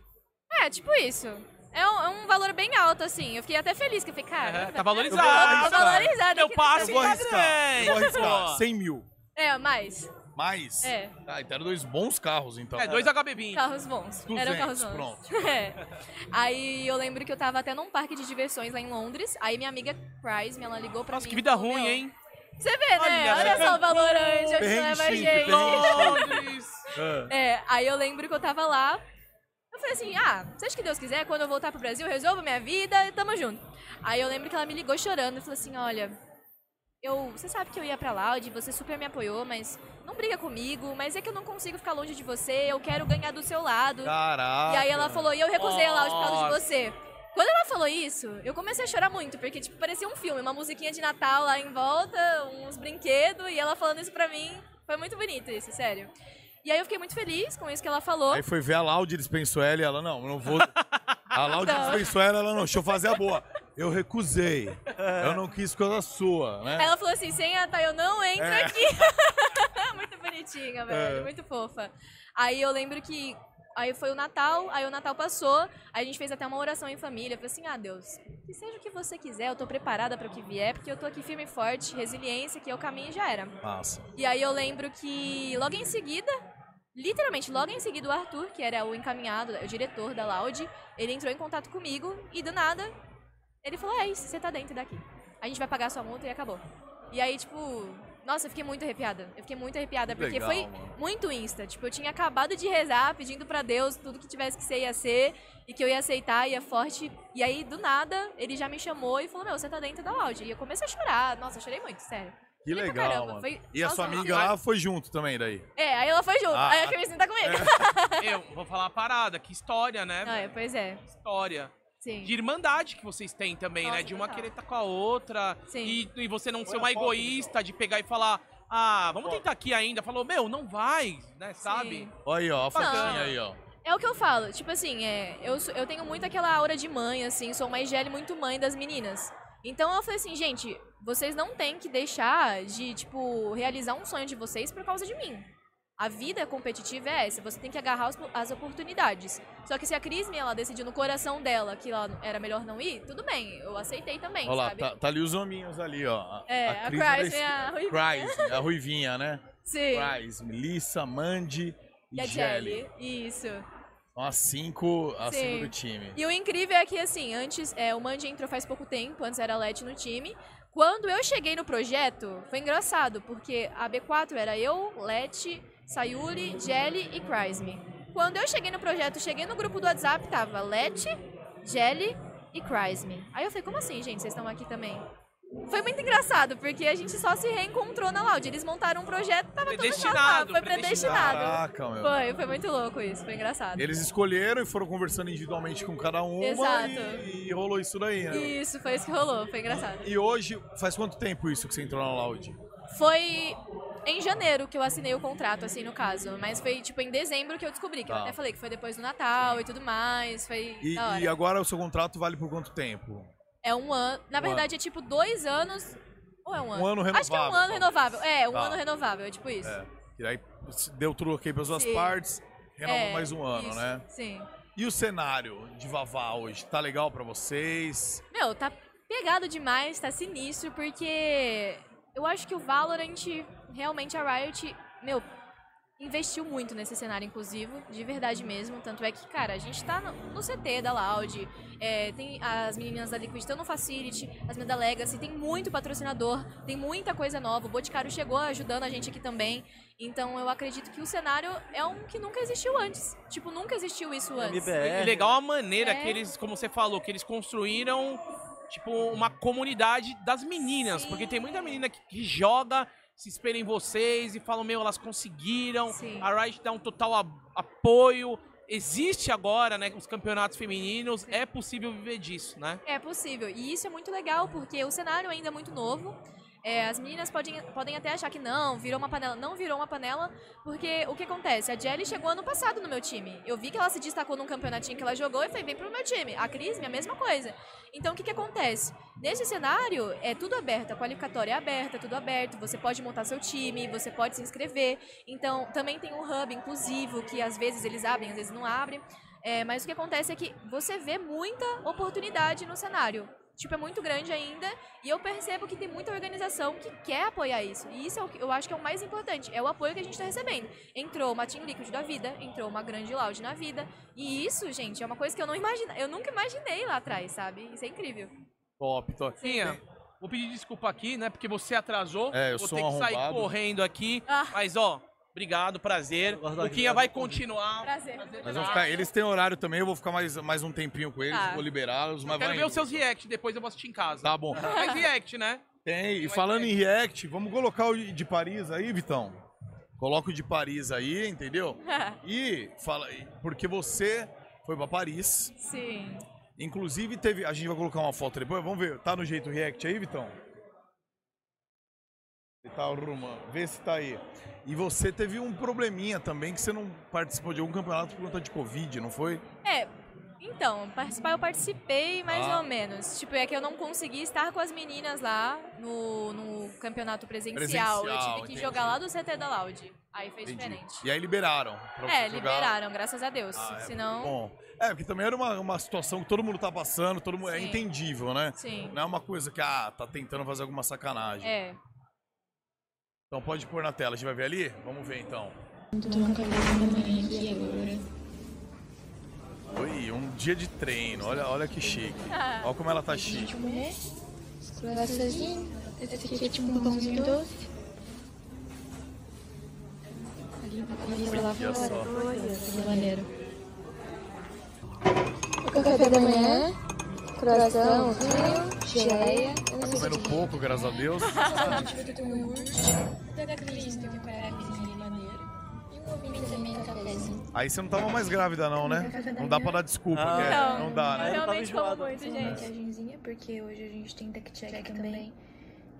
É, tipo isso. É um, é um valor bem alto, assim. Eu fiquei até feliz, que eu fiquei, cara. É, não tá dá- valorizado. Tá valorizado. Meu aqui, passe né? Eu vou tá arriscar, grande, eu vou arriscar. pô. 100 mil. É, mais. Mais? É. Ah, então eram dois bons carros, então. É, dois HB20. Carros bons. 200, Eram carros bons. pronto. [LAUGHS] É. Aí eu lembro que eu tava até num parque de diversões lá em Londres. Aí minha amiga Price, ela ligou pra Nossa, mim. que e vida falou, ruim, "Meu, hein? Você vê, né? Olha, Olha [LAUGHS] só o valorante, onde Perrengue leva a chique, gente. Londres. É. É, aí eu lembro que eu tava lá. Eu falei assim, ah, seja que Deus quiser, quando eu voltar pro Brasil, eu resolvo minha vida e tamo junto. Aí eu lembro que ela me ligou chorando e falou assim, olha, eu, você sabe que eu ia pra Loud, você super me apoiou, mas não briga comigo, mas é que eu não consigo ficar longe de você, eu quero ganhar do seu lado. Caraca. E aí ela falou, e eu recusei a Loud por causa de Nossa. você. Quando ela falou isso, eu comecei a chorar muito, porque, tipo, parecia um filme, uma musiquinha de Natal lá em volta, uns brinquedos, e ela falando isso pra mim. Foi muito bonito isso, sério. E aí eu fiquei muito feliz com isso que ela falou. Aí foi ver a Laude dispensou ela e ela, não, eu não [LAUGHS] vou. A Laude Não. dispensou ela, ela, não, deixa eu fazer a boa. Eu recusei. Eu não quis coisa sua, né? Ela falou assim, sem a Thay eu não entro É. aqui. [LAUGHS] muito bonitinha, velho. É. Muito fofa. Aí eu lembro que. Aí foi o Natal, aí o Natal passou, aí a gente fez até uma oração em família. Eu falei assim, ah, Deus, que seja o que você quiser, eu tô preparada para o que vier, porque eu tô aqui firme e forte, resiliência, que é o caminho e já era. Massa. E aí eu lembro que logo em seguida, literalmente logo em seguida, o Arthur, que era o encaminhado, o diretor da Loud, ele entrou em contato comigo e do nada ele falou: É isso, você tá dentro daqui. A gente vai pagar a sua multa e acabou. E aí, tipo, nossa, eu fiquei muito arrepiada. Eu fiquei muito arrepiada, É porque Legal, foi mano. muito insta. Tipo, eu tinha acabado de rezar, pedindo pra Deus tudo que tivesse que ser ia ser, e que eu ia aceitar, ia forte. E aí, do nada, ele já me chamou e falou: Meu, você tá dentro da Loud. E eu comecei a chorar. Nossa, eu chorei muito, sério. Que Falei pra legal, caramba, mano. foi- E a sua nossa, amiga lá foi junto também, daí. é, aí ela foi junto. Ah, aí ah, a Kirsten tá comigo. Eu vou falar uma parada. Que história, né? Ah, é, pois é. Que história. Sim. De irmandade que vocês têm também, né? Nossa, De uma total. querer estar com a outra. Sim. E, e você não ser uma egoísta de pegar e falar, ah, vamos tentar aqui ainda. Falou, meu, não vai, né? Sabe? Sim. Olha aí, ó, a faquinha Não. aí, ó. É o que eu falo. Tipo assim, é, eu, sou- eu tenho muito aquela aura de mãe, assim. Sou uma IGL muito mãe das meninas. Então eu falei assim, gente, vocês não têm que deixar de, tipo, realizar um sonho de vocês por causa de mim. A vida competitiva é essa, você tem que agarrar os- as oportunidades. Só que se a Crisme, ela decidiu no coração dela que ela era melhor não ir, tudo bem, eu aceitei também, Olha lá, sabe? tá, tá ali os hominhos ali, ó. É, a Cris era Crisme, a esqui- Ruivinha. Cris, a Ruivinha, né? Sim. Cris, Melissa, Mandy E e, a Jelly. Jelly, isso. São as cinco acima Sim. do time. E o incrível é que, assim, antes, é, o Mandy entrou faz pouco tempo, antes era a Let no time. Quando eu cheguei no projeto, foi engraçado, porque a B4 era eu, Let, Sayuri, Jelly e Crisme. Quando eu cheguei no projeto, cheguei no grupo do WhatsApp, tava Let, Jelly e Crisme. Aí eu falei, como assim, gente, vocês estão aqui também? Foi muito engraçado, porque a gente só se reencontrou na Loud. Eles montaram um projeto, tava todo mundo lá. Predestinado, Foi predestinado. predestinado. Caraca, meu. Foi, foi muito louco isso, foi engraçado. Eles escolheram e foram conversando individualmente com cada uma Exato. E, e rolou isso daí, né? E... Isso, foi isso que rolou, foi engraçado. hoje, faz quanto tempo isso que você entrou na Loud? Foi em janeiro que eu assinei o contrato, assim, no caso. Mas foi, tipo, em dezembro que eu descobri. Que eu Tá. até falei que foi depois do Natal e tudo mais. Foi E, da hora. e agora o seu contrato vale por quanto tempo? É um ano. Na Um verdade, é tipo dois anos. Ou é um ano? Um ano renovável. Acho que é um ano renovável. É, um Tá. ano renovável, é tipo isso. É, E aí se deu tudo ok pelas duas Sim. partes, renova É, mais um ano, isso, né? Sim. E o cenário de Vavá hoje, tá legal pra vocês? Meu, tá pegado demais, tá sinistro, porque eu acho que o Valorant, realmente a Riot, meu, investiu muito nesse cenário inclusivo, de verdade mesmo. Tanto é que, cara, a gente tá no, no CT da Loud, é, tem as meninas da Liquid estão no Facility, as meninas da Legacy, tem muito patrocinador, tem muita coisa nova. O Boticário chegou ajudando a gente aqui também. Então eu acredito que o cenário é um que nunca existiu antes. Tipo, nunca existiu isso antes. E MBR. legal a maneira É. que eles, como você falou, que eles construíram, tipo, uma comunidade das meninas. Sim. Porque tem muita menina que, que joga, se espelha em vocês e falam, meu, elas conseguiram. Sim. A Riot dá um total a- apoio. Existe agora, né, os campeonatos femininos. É possível viver disso, né? É possível. E isso é muito legal, porque o cenário ainda é muito novo. É, as meninas podem, podem até achar que não, virou uma panela. Não virou uma panela, porque o que acontece? A Jelly chegou ano passado no meu time. Eu vi que ela se destacou num campeonatinho que ela jogou e falei, vem pro meu time. A Cris, a mesma coisa. Então, o que, que acontece? Nesse cenário, é tudo aberto. A qualificatória é aberta, é tudo aberto. Você pode montar seu time, você pode se inscrever. Então, também tem um hub inclusivo, que às vezes eles abrem, às vezes não abrem. É, mas o que acontece é que você vê muita oportunidade no cenário. Tipo, é muito grande ainda e eu percebo que tem muita organização que quer apoiar isso. E isso é o que eu acho que é o mais importante, é o apoio que a gente está recebendo. Entrou uma Team Liquid da vida, entrou uma grande Loud na vida. E isso, gente, é uma coisa que eu não imagina, eu nunca imaginei lá atrás, sabe? Isso é incrível. Top, top. Finha, é. vou pedir desculpa aqui, né, porque você atrasou. É, eu vou sou ter um que sair arrombado. correndo aqui. Ah. Mas, ó, obrigado, prazer. Guarda- O Quinha vai guarda- continuar. Prazer. [LAUGHS] Mas vão ficar, eles têm horário também, eu vou ficar mais, mais um tempinho com eles, Tá. vou liberá-los, mas Quero vai. ver os seus react, depois eu vou assistir em casa. Tá bom. Faz react, né? Tem. E Vai falando em React, vamos colocar o de Paris aí, Vitão. Coloca o de Paris aí, entendeu? E fala, porque você foi pra Paris. Sim. Inclusive teve, a gente vai colocar uma foto depois, vamos ver. Tá no jeito React aí, Vitão? Você tá arrumando, vê se tá aí. E você teve um probleminha também que você não participou de algum campeonato por conta de Covid, não foi? É, então, participar eu participei mais Ah. ou menos. Tipo, é que eu não consegui estar com as meninas lá no, no campeonato presencial. eu Presencial, tive que entendi. jogar lá do CT da Loud. Aí foi Entendi. diferente. E aí liberaram. pra É, você jogar. liberaram, graças a Deus. Ah, é, Senão. Bom, é, porque também era uma, uma situação que todo mundo tá passando, todo mundo é Sim. entendível, né? Sim. Não é uma coisa que, ah, tá tentando fazer alguma sacanagem. É. Então pode pôr na tela, a gente vai ver ali? Vamos ver então. Oi, um dia de treino, olha, olha que [LAUGHS] chique. Olha como ela tá chique. Croissantzinho, esse aqui é tipo um pãozinho doce. Ali, ali pra lá Olha fora, só. que maneiro. O café da manhã, croissantzinho, geleia. Eu não Tá sei se Comendo aqui pouco, graças a [LAUGHS] Deus. é todo mundo. Até da Cristina, que é maneiro. E um ovinho também, um cafezinho. Aí você não tava mais grávida, não, né? Não dá pra dar desculpa, Ah. né? Não. Não dá, Eu assim, Aí né? eu tava Então, realmente como enjoado. muito, Uma gente. maquiagemzinha, é porque hoje a gente tem tech check também.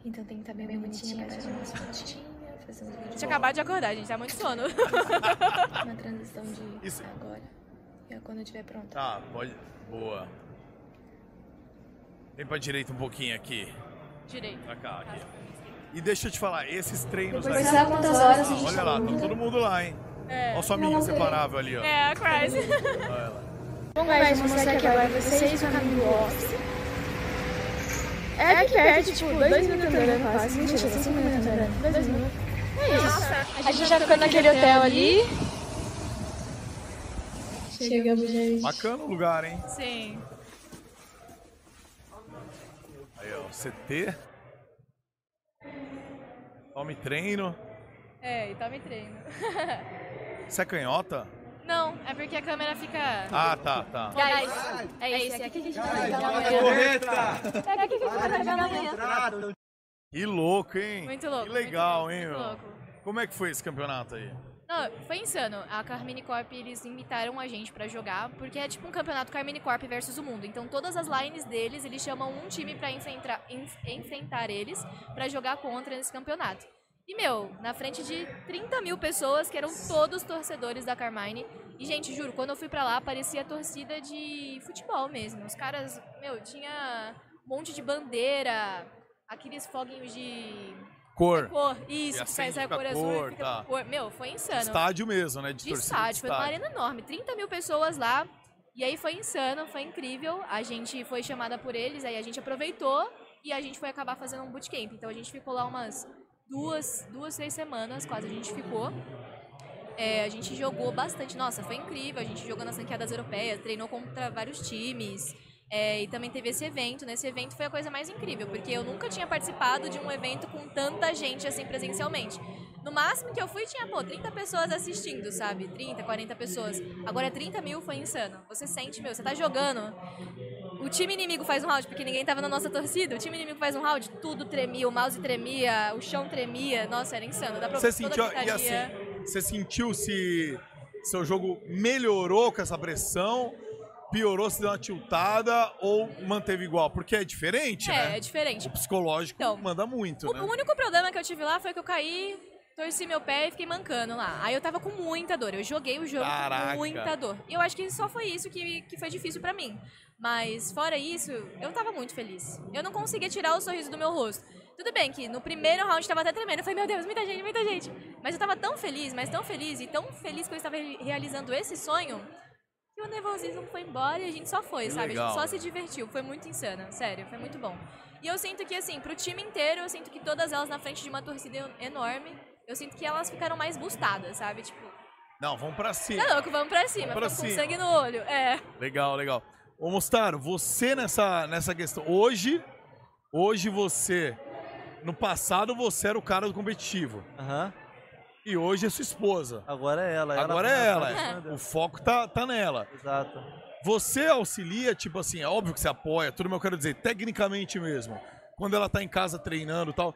Então tem que estar bem bonitinha, fazer umas um fotinhas, fazer uns vídeos. Tinha acabado de acordar, gente. Tá muito sono. [LAUGHS] uma transição de Isso. agora. E é quando eu tiver pronta. Tá, pode. Boa. Vem pra direita um pouquinho aqui. Direito. Pra cá, aqui. E deixa eu te falar, esses treinos aí. Depois sabe é, quantas horas a Ah, gente olha lá, tá todo mundo lá, hein? É. Olha sua amiga inseparável ali, ó. É, a Crysis. Olha ela. Bom, guys, vou mostrar aqui agora pra vocês o caminho do office. É aqui perto, tipo, dois minutos andando quase. Mentira, cinco minutos andando. Dois minutos. É isso. a gente já ficou naquele hotel ali. Chegamos, gente. Bacana o lugar, hein? [LAUGHS] Sim. Aí, ó, CT. Tome treino. É, e tome treino. Você é canhota? Não, é porque a câmera fica. Ah, tá, tá. Guys, é esse, é aqui que a gente vai pegar amanhã. Correta! É aqui que a gente vai pegar amanhã. Contrato! Que louco, hein? Muito louco. Que legal, muito hein, meu? louco, muito louco. Como é que foi esse campeonato aí? Não, foi insano. A Carmine Corp, eles invitaram a gente pra jogar, porque é tipo um campeonato Carmine Corp versus o mundo. Então todas as lines deles, eles chamam um time pra enfrentar, enf- enfrentar eles pra jogar contra nesse campeonato. E, meu, na frente de 30 mil pessoas, que eram todos torcedores da Carmine. E, gente, juro, quando eu fui pra lá, parecia torcida de futebol mesmo. Os caras, meu, tinha um monte de bandeira, aqueles foguinhos de Cor. cor, isso, que acende, sai sai a fica cor azul cor, e fica tá. com cor. Meu, foi insano. Estádio mesmo, né? De, de torcida, estádio, foi uma arena enorme, 30 mil pessoas lá. E aí foi insano, foi incrível. A gente foi chamada por eles, aí a gente aproveitou e a gente foi acabar fazendo um bootcamp. Então a gente ficou lá umas duas, duas três semanas, quase a gente ficou. É, a gente jogou bastante, nossa, foi incrível. A gente jogou nas ranqueadas europeias, treinou contra vários times. É, e também teve esse evento. Nesse evento foi a coisa mais incrível, porque eu nunca tinha participado de um evento com tanta gente assim presencialmente. No máximo que eu fui tinha, pô, 30 pessoas assistindo, sabe? 30, 40 pessoas. Agora 30 mil foi insano. Você sente, meu, você tá jogando. O time inimigo faz um round, porque ninguém tava na nossa torcida. O time inimigo faz um round, tudo tremia, o mouse tremia, o chão tremia. Nossa, era insano. Dá pra Você ouvir toda sentiu, a e gritaria. É, assim, você sentiu se seu jogo melhorou com essa pressão, piorou, se deu uma tiltada ou manteve igual? Porque é diferente, É, né? é diferente. O psicológico Então, manda muito, O, né? o único problema que eu tive lá foi que eu caí, torci meu pé e fiquei mancando lá. Aí eu tava com muita dor. Eu joguei o jogo Caraca. com muita dor. E eu acho que só foi isso que, que foi difícil pra mim. Mas fora isso, eu tava muito feliz. Eu não conseguia tirar o sorriso do meu rosto. Tudo bem que no primeiro round tava até tremendo. Eu falei, meu Deus, muita gente, muita gente. Mas eu tava tão feliz, mas tão feliz e tão feliz que eu estava re- realizando esse sonho que o nervosismo foi embora e a gente só foi, Que sabe? A legal. gente só se divertiu. Foi muito insano, sério, foi muito bom. E eu sinto que, assim, pro time inteiro, eu sinto que todas elas na frente de uma torcida enorme, eu sinto que elas ficaram mais bustadas, sabe? Tipo, Não, vamos pra cima. tá louco, vamos pra cima, Pra ficam com cima. sangue no olho. É. Legal, legal. Ô Mostaro, você nessa, nessa questão. Hoje, hoje você. No passado você era o cara do competitivo. Aham. E hoje é sua esposa. Agora é ela. ela Agora vai é na ela. [LAUGHS] frente, né, Deus? O foco tá, tá nela. Exato. Você auxilia, tipo assim, é óbvio que você apoia, tudo, mas eu quero dizer, tecnicamente mesmo. Quando ela tá em casa treinando e tal,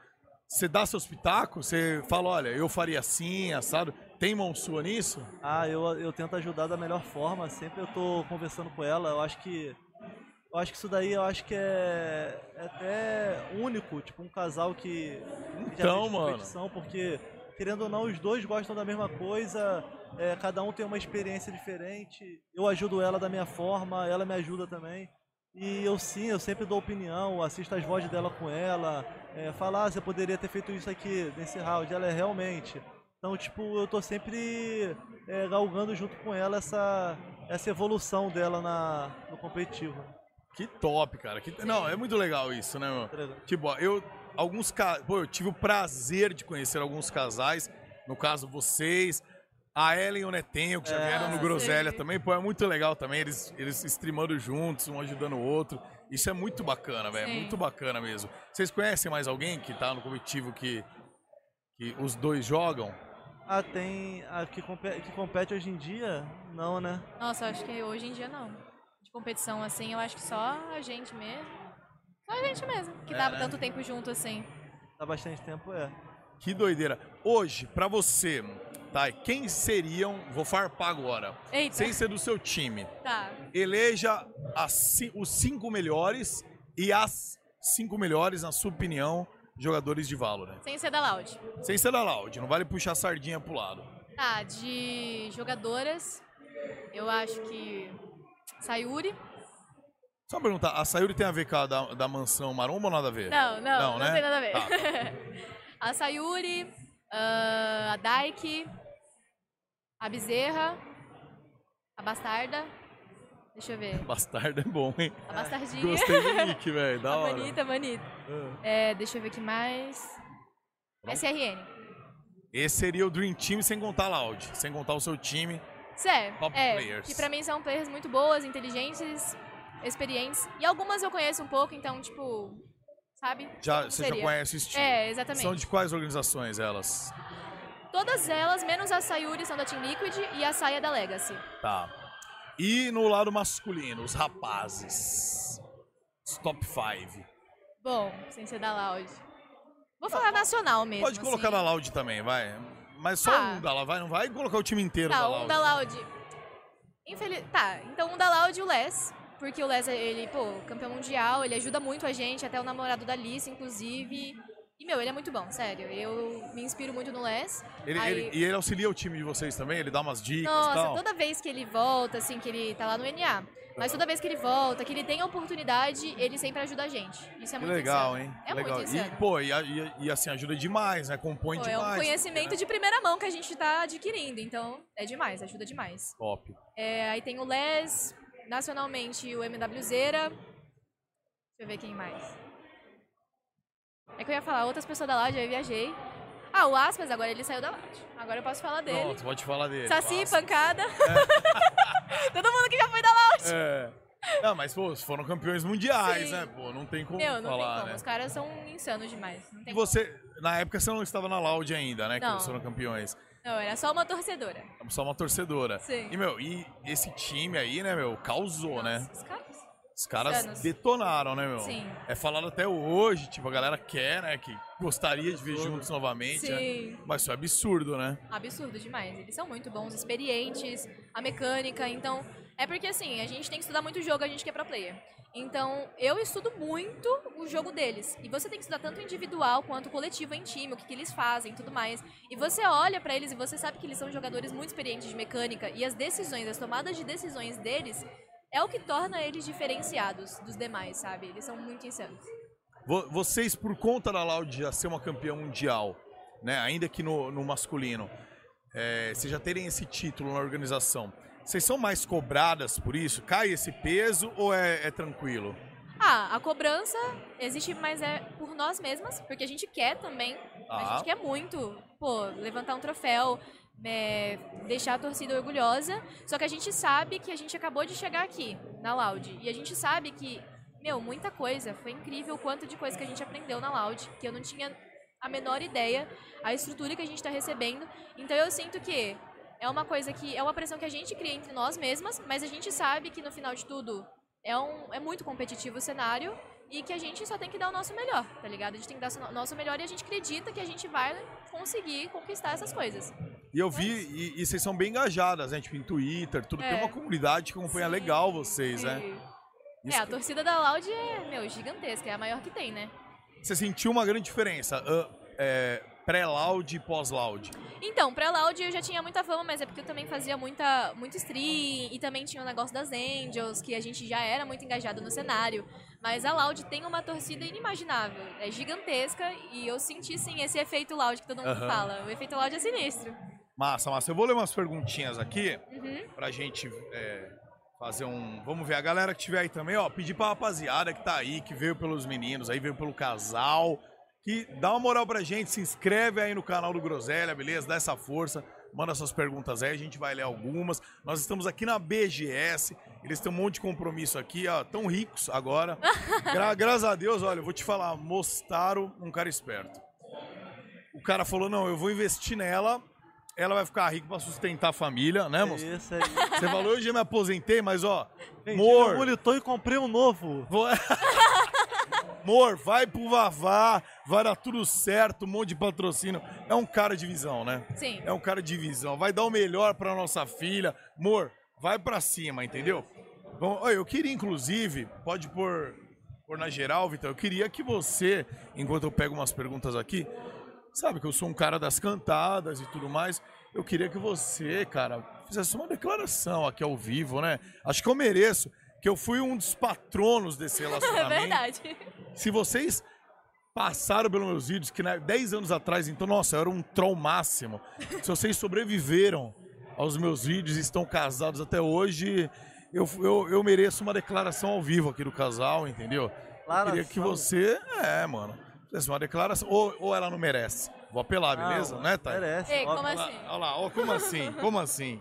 você dá seus pitacos? Você fala, olha, eu faria assim, assado. Tem mão sua nisso? Ah, eu, eu tento ajudar da melhor forma. Sempre eu tô conversando com ela. Eu acho que. Eu acho que isso daí eu acho que é, é até único, tipo, um casal que que já Então, fez mano. competição, porque, querendo ou não, os dois gostam da mesma coisa, é, cada um tem uma experiência diferente. Eu ajudo ela da minha forma, ela me ajuda também. E eu sim, eu sempre dou opinião, assisto as vozes dela com ela, é, falar, ah, você poderia ter feito isso aqui nesse round, ela é realmente. Então, tipo, eu tô sempre é, galgando junto com ela essa, essa evolução dela na, no competitivo. Que top, cara. Que... Não, é muito legal isso, né, meu? Tipo, ó, eu. Alguns ca- Pô, eu tive o prazer de conhecer alguns casais. No caso, vocês. A Ellen e o Netenho, que já É. vieram no Groselha Ah, Sim. também. Pô, é muito legal também. Eles, eles streamando juntos, um ajudando o outro. Isso é muito bacana, velho. É Sim. muito bacana mesmo. Vocês conhecem mais alguém que tá no competitivo que, que os dois jogam? Ah, tem. A que, compe- que compete hoje em dia? Não, né? Nossa, eu acho que hoje em dia não. De competição assim, eu acho que só a gente mesmo. Só a gente mesmo, que É, tava né? tanto tempo junto assim. Há bastante tempo é. Que doideira. Hoje, pra você, tá? Quem seriam. Vou farpar agora. Eita, Sem ser do seu time. tá. eleja as ci- os cinco melhores e as cinco melhores, na sua opinião, jogadores de Valorant. Sem ser da Loud. Sem ser da Loud, não vale puxar a sardinha pro lado. Tá, de jogadoras, eu acho que Sayuri. Só uma pergunta, a Sayuri tem a ver com a da, da mansão maromba ou nada a ver? Não, não, Não, não, né? tem nada a ver. Tá, [LAUGHS] a Sayuri, ah, a Daiki, a Bezerra, a Bastarda. Deixa eu ver. Bastardo é bom, hein? A Bastardinha. Gostei do nick, [LAUGHS] velho, da a hora. Manita, a Manita. É, deixa eu ver o que mais. SRN. Esse seria o Dream Team sem contar a Loud, sem contar o seu time. Sério, Top é, players. que pra mim são players muito boas, inteligentes, experientes. E algumas eu conheço um pouco, então, tipo, sabe? Já, você já Seria. conhece esse time. É, exatamente. São de quais organizações elas? Todas elas, menos a Sayuri, são da Team Liquid e a Saia da Legacy. Tá. E no lado masculino, os rapazes. Os top 5. Bom, sem ser da Loud. Vou falar nacional mesmo. Tá Pode colocar assim. na Loud também, vai. Mas só Tá. um da Loud, vai, não vai colocar o time inteiro Tá, da um Loud. da Loud. Infeliz... Tá, então um da Loud e o Les. Porque o Les, é, ele, pô, campeão mundial, ele ajuda muito a gente, até o namorado da Alice, inclusive. E, meu, ele é muito bom, sério. Eu me inspiro muito no Les. Ele- Aí- ele- e ele auxilia o time de vocês também? Ele dá umas dicas e Nossa, tal? toda vez que ele volta, assim, que ele tá lá no NA. Mas toda vez que ele volta, que ele tem a oportunidade, ele sempre ajuda a gente. Isso é Que muito legal, insano. hein? É muito legal. insano. e, pô, e, a- e- e assim, ajuda demais, né? Compõe Pô, é demais. um conhecimento de primeira mão que a gente tá adquirindo, então é demais, ajuda demais. Top. É, aí tem o Les, nacionalmente o MW Zera. Deixa eu ver quem mais. É que eu ia falar outras pessoas da Loud, aí eu viajei. Ah, o Aspas, agora ele saiu da Loud. Agora eu posso falar dele. Pronto, pode falar dele. Saci, Nossa. [LAUGHS] pancada. Todo mundo que já foi da Loud. É. Não, mas, pô, foram campeões mundiais, Sim. né? Pô, não tem como Meu, não falar, tem como. né? Os caras são insanos demais. Não E tem você, na época, você não estava na Loud ainda, né? Que Não. eles foram campeões. como. Não, era só uma torcedora. Somos Só uma torcedora. Sim. E, meu, e esse time aí, né, meu, causou, né? Nossa, Os caras. Os caras insanos. detonaram, né, meu? Sim. É falado até hoje, tipo, a galera quer, né? Que gostaria de ver juntos novamente, né? Sim. Mas isso é absurdo, né? Absurdo demais. Eles são muito bons, experientes, a mecânica, então. É porque assim, a gente tem que estudar muito o jogo, a gente que é pro player. Então, eu estudo muito o jogo deles. E você tem que estudar tanto individual quanto coletivo em time, o que, que eles fazem e tudo mais. E você olha pra eles e você sabe que eles são jogadores muito experientes de mecânica. E as decisões, as tomadas de decisões deles é o que torna eles diferenciados dos demais, sabe? Eles são muito insanos. Vo- Vocês, por conta da Loud já ser uma campeã mundial, né? Ainda que no, no masculino, é, vocês já terem esse título na organização, vocês são mais cobradas por isso? Cai esse peso ou é, é tranquilo? Ah, a cobrança existe, mas é por nós mesmas, porque a gente quer também. A Ah. gente quer muito, pô, levantar um troféu, é, deixar a torcida orgulhosa. Só que a gente sabe que a gente acabou de chegar aqui, na Loud. E a gente sabe que, meu, muita coisa. Foi incrível o quanto de coisa que a gente aprendeu na Loud, que eu não tinha a menor ideia, a estrutura que a gente tá recebendo. Então eu sinto que é uma coisa que. É uma pressão que a gente cria entre nós mesmas, mas a gente sabe que no final de tudo é, um, é muito competitivo o cenário e que a gente só tem que dar o nosso melhor, tá ligado? A gente tem que dar o nosso melhor e a gente acredita que a gente vai conseguir conquistar essas coisas. E eu vi, e, e vocês são bem engajadas, né? Tipo, em Twitter, tudo. Tem É. uma comunidade que acompanha Sim, legal vocês, né? E- Isso É, a que- torcida da Loud é, meu, gigantesca, é a maior que tem, né? Você sentiu uma grande diferença ah, é, pré-Loud e pós-Loud? Então, pra Loud eu já tinha muita fama, mas é porque eu também fazia muita, muito stream e também tinha o negócio das Angels, que a gente já era muito engajado no cenário. Mas a Loud tem uma torcida inimaginável, é gigantesca e eu senti sim esse efeito Loud que todo mundo Aham. fala. O efeito Loud é sinistro. Massa, massa. Eu vou ler umas perguntinhas aqui. Uhum. pra gente é, fazer um. Vamos ver, a galera que tiver aí também, ó, pedir pra rapaziada que tá aí, que veio pelos meninos, aí veio pelo casal, que dá uma moral pra gente, se inscreve aí no canal do Groselha, beleza? Dá essa força, manda suas perguntas aí, a gente vai ler algumas. Nós estamos aqui na BGS, eles têm um monte de compromisso aqui, ó, tão ricos agora. Gra- graças a Deus, olha, eu vou te falar, mostraram um cara esperto. O cara falou, não, eu vou investir nela, ela vai ficar rica pra sustentar a família, É né, moço? [LAUGHS] Isso aí. Você falou, eu já me aposentei, mas ó, Vendi Mor. meu monitor e comprei um novo. vou... [LAUGHS] Mor, vai pro Vavá, vai dar tudo certo, um monte de patrocínio. É um cara de visão, né? Sim. É um cara de visão. Vai dar o melhor pra nossa filha. Mor, vai pra cima, entendeu? Bom, ó, eu queria, inclusive, pode pôr, pôr na geral, Vitor, eu queria que você, enquanto eu pego umas perguntas aqui, sabe que eu sou um cara das cantadas e tudo mais. Eu queria que você, cara, fizesse uma declaração aqui ao vivo, né? Acho que eu mereço, que eu fui um dos patronos desse [LAUGHS] É relacionamento. verdade. Se vocês passaram pelos meus vídeos, que né, 10 anos atrás, então, nossa, eu era um troll máximo. Se vocês sobreviveram aos meus vídeos e estão casados até hoje, eu, eu, eu mereço uma declaração ao vivo aqui do casal, entendeu? Eu queria que você. É, mano. Fizesse uma declaração. Ou, ou ela não merece. Vou apelar, beleza? né, Thay? Ah, Merece. Ei, óbvio. como Olha lá, assim? olha lá, ó, como assim? Como assim?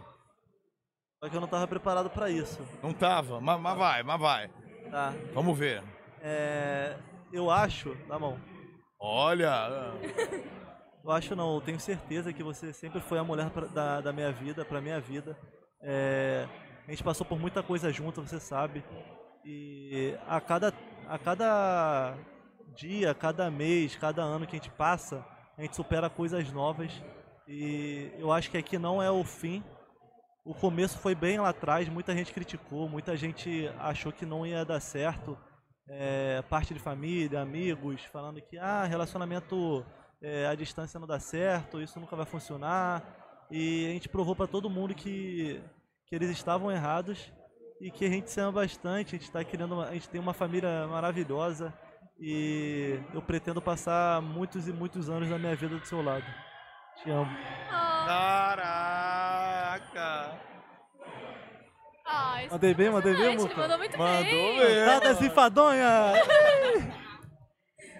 Só que eu não tava preparado pra isso. Não tava? Mas, mas vai, mas vai. Tá. Vamos ver. tá É, eu acho, na mão, Olha. Eu acho não, eu tenho certeza que você sempre foi a mulher pra- da, da minha vida, pra minha vida. É, a gente passou por muita coisa junto, você sabe. E a cada, a cada dia, cada mês, cada ano que a gente passa, a gente supera coisas novas. E eu acho que aqui não é o fim. O começo foi bem lá atrás, muita gente criticou, muita gente achou que não ia dar certo. É, parte de família, amigos, falando que ah, relacionamento é, à distância não dá certo, isso nunca vai funcionar. E a gente provou para todo mundo que, que eles estavam errados e que a gente se ama bastante, a gente tá criando, uma- a gente tem uma família maravilhosa e eu pretendo passar muitos e muitos anos da minha vida do seu lado. Te amo. Ah, Caraca! ah, isso Mandei bem, mandei bem, Gente, ele Muca? mandou muito Mandou bem. mesmo. Nada zifadonha!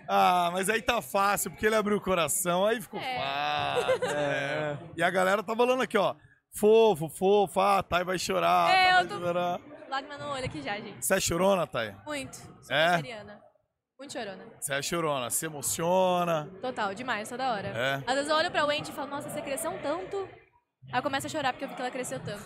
Ah, mas aí tá fácil, porque ele abriu o coração, aí ficou É. fácil. É. né? E a galera tá falando aqui, ó. Fofo, fofo, ah, a Thay vai chorar. É, Thay eu vai tô- chorar. Lágrima no um olho aqui já, gente. Você é chorona, Thay? Muito. Sou É? canceriana. Muito chorona. Você é chorona, se emociona. Total, demais, toda hora. É. Às vezes eu olho pra Wendy e falo, nossa, você cresceu um tanto. Aí eu começo a chorar porque eu vi que ela cresceu tanto.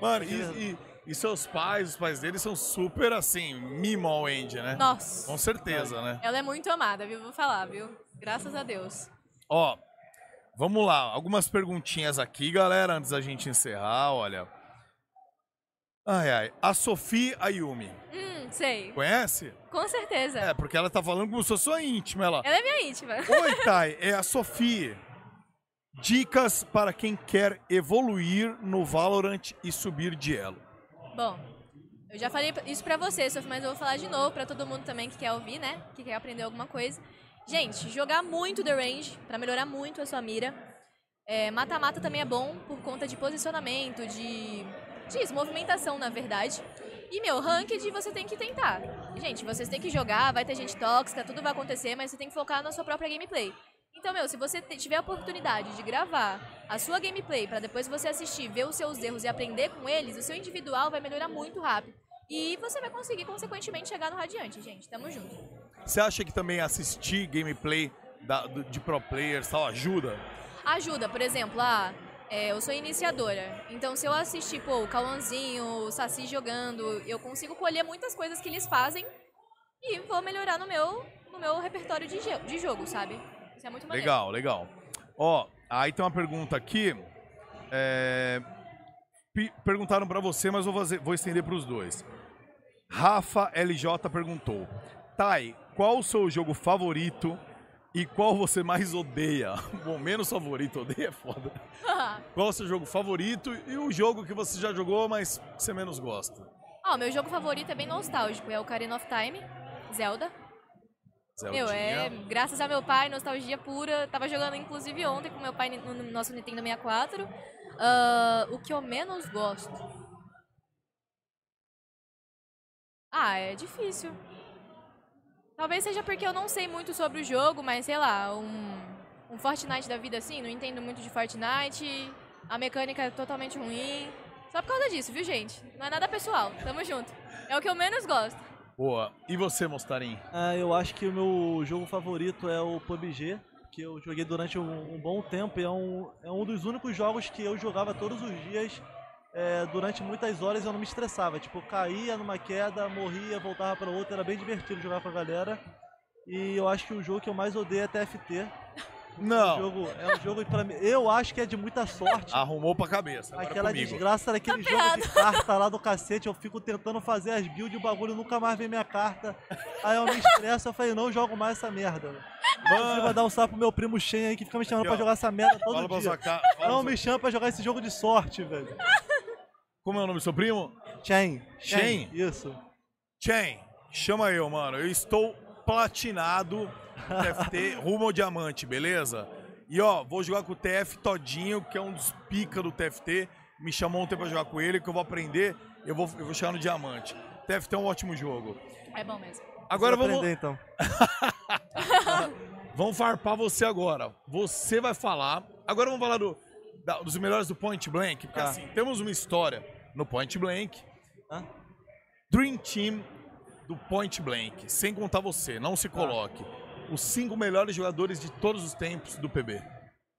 Mano, e, e- e seus pais, os pais dele são super assim, mimam ao Andy, né? Nossa. Com certeza, né? Ela é muito amada, viu? Vou falar, viu? Graças a Deus. Ó, vamos lá. Algumas perguntinhas aqui, galera, antes da gente encerrar, olha. Ai, ai. A Sophie Ayumi, Hum, sei. conhece? Com certeza. É, porque ela tá falando como se eu sou a íntima, ela. Ela é minha íntima. [LAUGHS] Oi, Thay, é a Sophie. Dicas para quem quer evoluir no Valorant e subir de elo. Bom, eu já falei isso pra você, Sophie, mas eu vou falar de novo pra todo mundo também que quer ouvir, né? Que quer aprender alguma coisa. Gente, jogar muito The Range pra melhorar muito a sua mira. É, Mata-mata também é bom por conta de posicionamento, de. disso, movimentação, na verdade. E, meu, ranked você tem que tentar. Gente, vocês têm que jogar, vai ter gente tóxica, tudo vai acontecer, mas você tem que focar na sua própria gameplay. Então, meu, se você te- tiver a oportunidade de gravar a sua gameplay pra depois você assistir, ver os seus erros e aprender com eles, o seu individual vai melhorar muito rápido. E você vai conseguir, consequentemente, chegar no Radiante, gente. Tamo junto. Você acha que também assistir gameplay da- do- de pro players tal ajuda? Ajuda, por exemplo, ah, é, eu sou iniciadora. Então, se eu assistir, pô, o Cauãzinho, o Saci jogando, eu consigo colher muitas coisas que eles fazem e vou melhorar no meu, no meu repertório de, ge- de jogo, sabe? Isso é muito maneiro. Legal, legal. Ó, aí tem uma pergunta aqui. é, pe- Perguntaram pra você, mas vou, fazer- vou estender pros dois. Rafa LJ perguntou: Thay, qual o seu jogo favorito e qual você mais odeia? [LAUGHS] Bom, menos favorito, odeia é foda. [LAUGHS] Qual o seu jogo favorito e o jogo que você já jogou, mas que você menos gosta? Ó, meu jogo favorito é bem nostálgico, é o Ocarina of Time, Zelda. Meu, é Zeldinha. graças a meu pai, nostalgia pura. Tava jogando inclusive ontem com meu pai no no nosso Nintendo 64. Ah, o que eu menos gosto. Ah, é difícil. Talvez seja porque eu não sei muito sobre o jogo, mas sei lá, um, um Fortnite da vida assim, não entendo muito de Fortnite. A mecânica é totalmente ruim. Só por causa disso, viu, gente? Não é nada pessoal. Tamo junto. É o que eu menos gosto. Boa. E você, Mostarim? Ah, eu acho que o meu jogo favorito é o PUBG, que eu joguei durante um, um bom tempo e é um, é um dos únicos jogos que eu jogava todos os dias. é, durante muitas horas eu não me estressava, tipo, eu caía numa queda, morria, voltava pra outra, era bem divertido jogar com a galera. E eu acho que o jogo que eu mais odeio é TFT. O Não. jogo, é um jogo para mim, eu acho que é de muita [LAUGHS] sorte. Arrumou pra cabeça. Agora Aquela comigo. desgraça daquele jogo de carta lá do cacete, eu fico tentando fazer as builds e o bagulho nunca mais vem minha carta. Aí eu me estresso, eu falei, não jogo mais essa merda. Você vai dar um sapo pro meu primo Shen aí que fica me chamando Aqui, pra ó. jogar essa merda Fala pra todo sua dia. cara. Não me chama pra jogar esse jogo de sorte, velho. Como é o nome do seu primo? Shen. Shen? Isso. Chen, chama eu, mano. Eu estou platinado TFT rumo ao diamante, beleza? E ó, vou jogar com o TF Todinho, que é um dos pica do TFT. Me chamou ontem pra jogar com ele, que eu vou aprender. Eu vou, eu vou chegar no diamante. TFT é um ótimo jogo. É bom mesmo. [LAUGHS] Agora Vou vamos, aprender, então. vamos farpar você agora. Você vai falar. Agora vamos falar do- da- dos melhores do Point Blank, porque Tá. assim, temos uma história no Point Blank. Hã? Tá. Dream Team do Point Blank, sem contar você, não se coloque. os cinco melhores jogadores de todos os tempos do PB?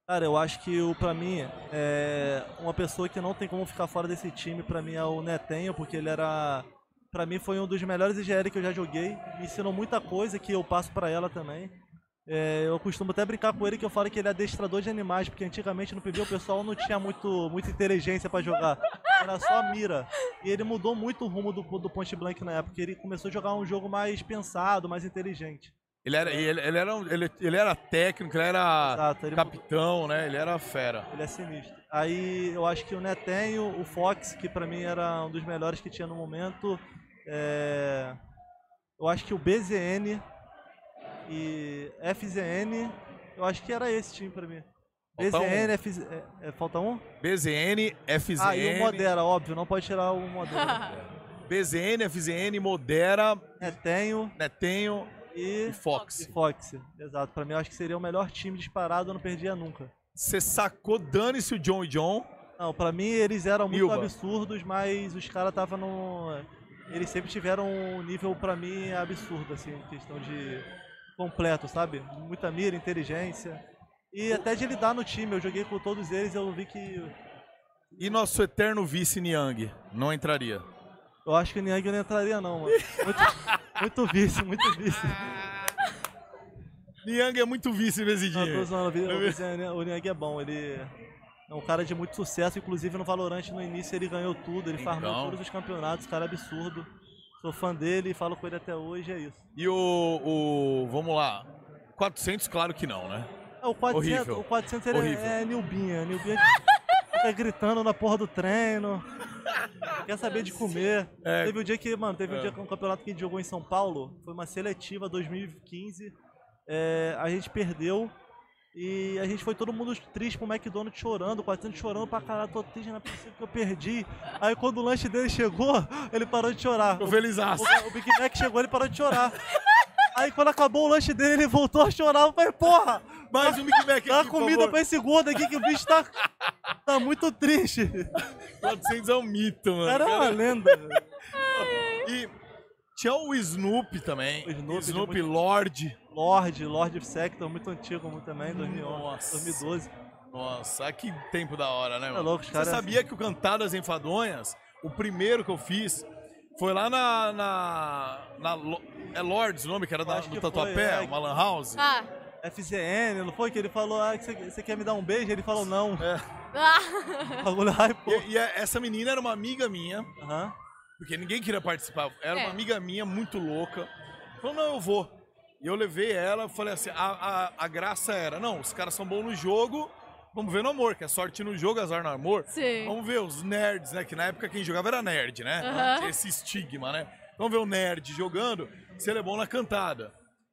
Cara, eu acho que o pra mim é uma pessoa que não tem como ficar fora desse time, pra mim é o Netenho, porque ele era pra mim foi um dos melhores IGL que eu já joguei, me ensinou muita coisa que eu passo pra ela também. É, eu costumo até brincar com ele que eu falo que ele é adestrador de animais, porque antigamente no PB o pessoal não tinha muito, muita inteligência pra jogar. Era só mira. E ele mudou muito o rumo do, do Ponte Blank na época. Ele começou a jogar um jogo mais pensado, mais inteligente. Ele era, ele, ele era, um- ele, ele era técnico, ele era Exato, ele, capitão, né? Ele era fera. ele é sinistro. Aí eu acho que o Netenho, o Fox, que pra mim era um dos melhores que tinha no momento. é, Eu acho que o BZN e FZN, eu acho que era esse time pra mim. Falta um. BZN, FZ... é, é, falta um? BZN, FZN. Ah, e o Modera, óbvio, não pode tirar o [LAUGHS] Modera. Ah. BZN, FZN, Modera, Netenho Netenho e e Fox. e Fox. Exato, pra mim eu acho que seria o melhor time disparado, eu não perdia nunca. Você sacou dane-se o John e John. Não, pra mim eles eram muito Ilba. absurdos, mas os caras estavam no. Eles sempre tiveram um nível, pra mim, absurdo, assim, em questão de completo, sabe? Muita mira, inteligência. E até de lidar no time, eu joguei com todos eles, eu vi que. E nosso eterno vice Niang. Não entraria. Eu acho que o Niang não entraria, não, mano. Muito, [LAUGHS] muito vice, muito vice. Niang é muito vice nesse Não, eu tô dia. zoando, o Vi- o Vizinho- o Niang é bom, ele é um cara de muito sucesso, inclusive no Valorant no início ele ganhou tudo, ele farmou Então. todos os campeonatos, cara absurdo. Sou fã dele e falo com ele até hoje, é isso. E o, o. Vamos lá. 400, claro que não, né? É, o 400, Horrível. o 400 ele Horrível. é, é Nilbinha, Nilbinha [LAUGHS] fica gritando na porra do treino, quer saber de comer. É. Teve um dia que, mano, teve um É. dia que um campeonato que a gente jogou em São Paulo, foi uma seletiva 2015, é, a gente perdeu e a gente foi todo mundo triste pro McDonald's chorando, 400 chorando pra caralho, tô triste, não é possível que eu perdi. Aí quando o lanche dele chegou, ele parou de chorar. Tô felizaço. O, o Big Mac chegou, ele parou de chorar. Aí quando acabou o lanche dele, ele voltou a chorar, eu falei, porra! Mais um Big Mac aqui, Dá por comida favor. pra esse gordo aqui que o bicho tá, tá muito triste. 400 é um mito, O mano. cara é uma lenda. E tinha o Snoop também. O Snoop Snoop, de muito- Lord. Lord, Lord Sector, muito antigo muito também, 2011, Hum, Nossa. 2012. Nossa, ah, que tempo da hora, né, Tá mano? louco, os Você caras- sabia que o Cantadas Enfadonhas, o primeiro que eu fiz, foi lá na. na, na Lo- é Lords o nome, que era da, Acho do que Tatuapé, foi, é. uma Lan House? Ah, FZN, não foi? Que ele falou, ah, que você- você quer me dar um beijo? Ele falou, não. [LAUGHS] ah. O bagulho hypou. E, e a- essa menina era uma amiga minha, Aham. porque ninguém queria participar. Era É. uma amiga minha muito louca. Falou, não, eu vou. E eu levei ela, falei assim: a, a, a graça era, não, os caras são bons no jogo, vamos ver no amor, que é sorte no jogo, azar no amor. Sim. Vamos ver os nerds, né? Que na época quem jogava era nerd, né? Aham. Tinha Esse estigma, né? Vamos ver o nerd jogando, se ele é bom na cantada.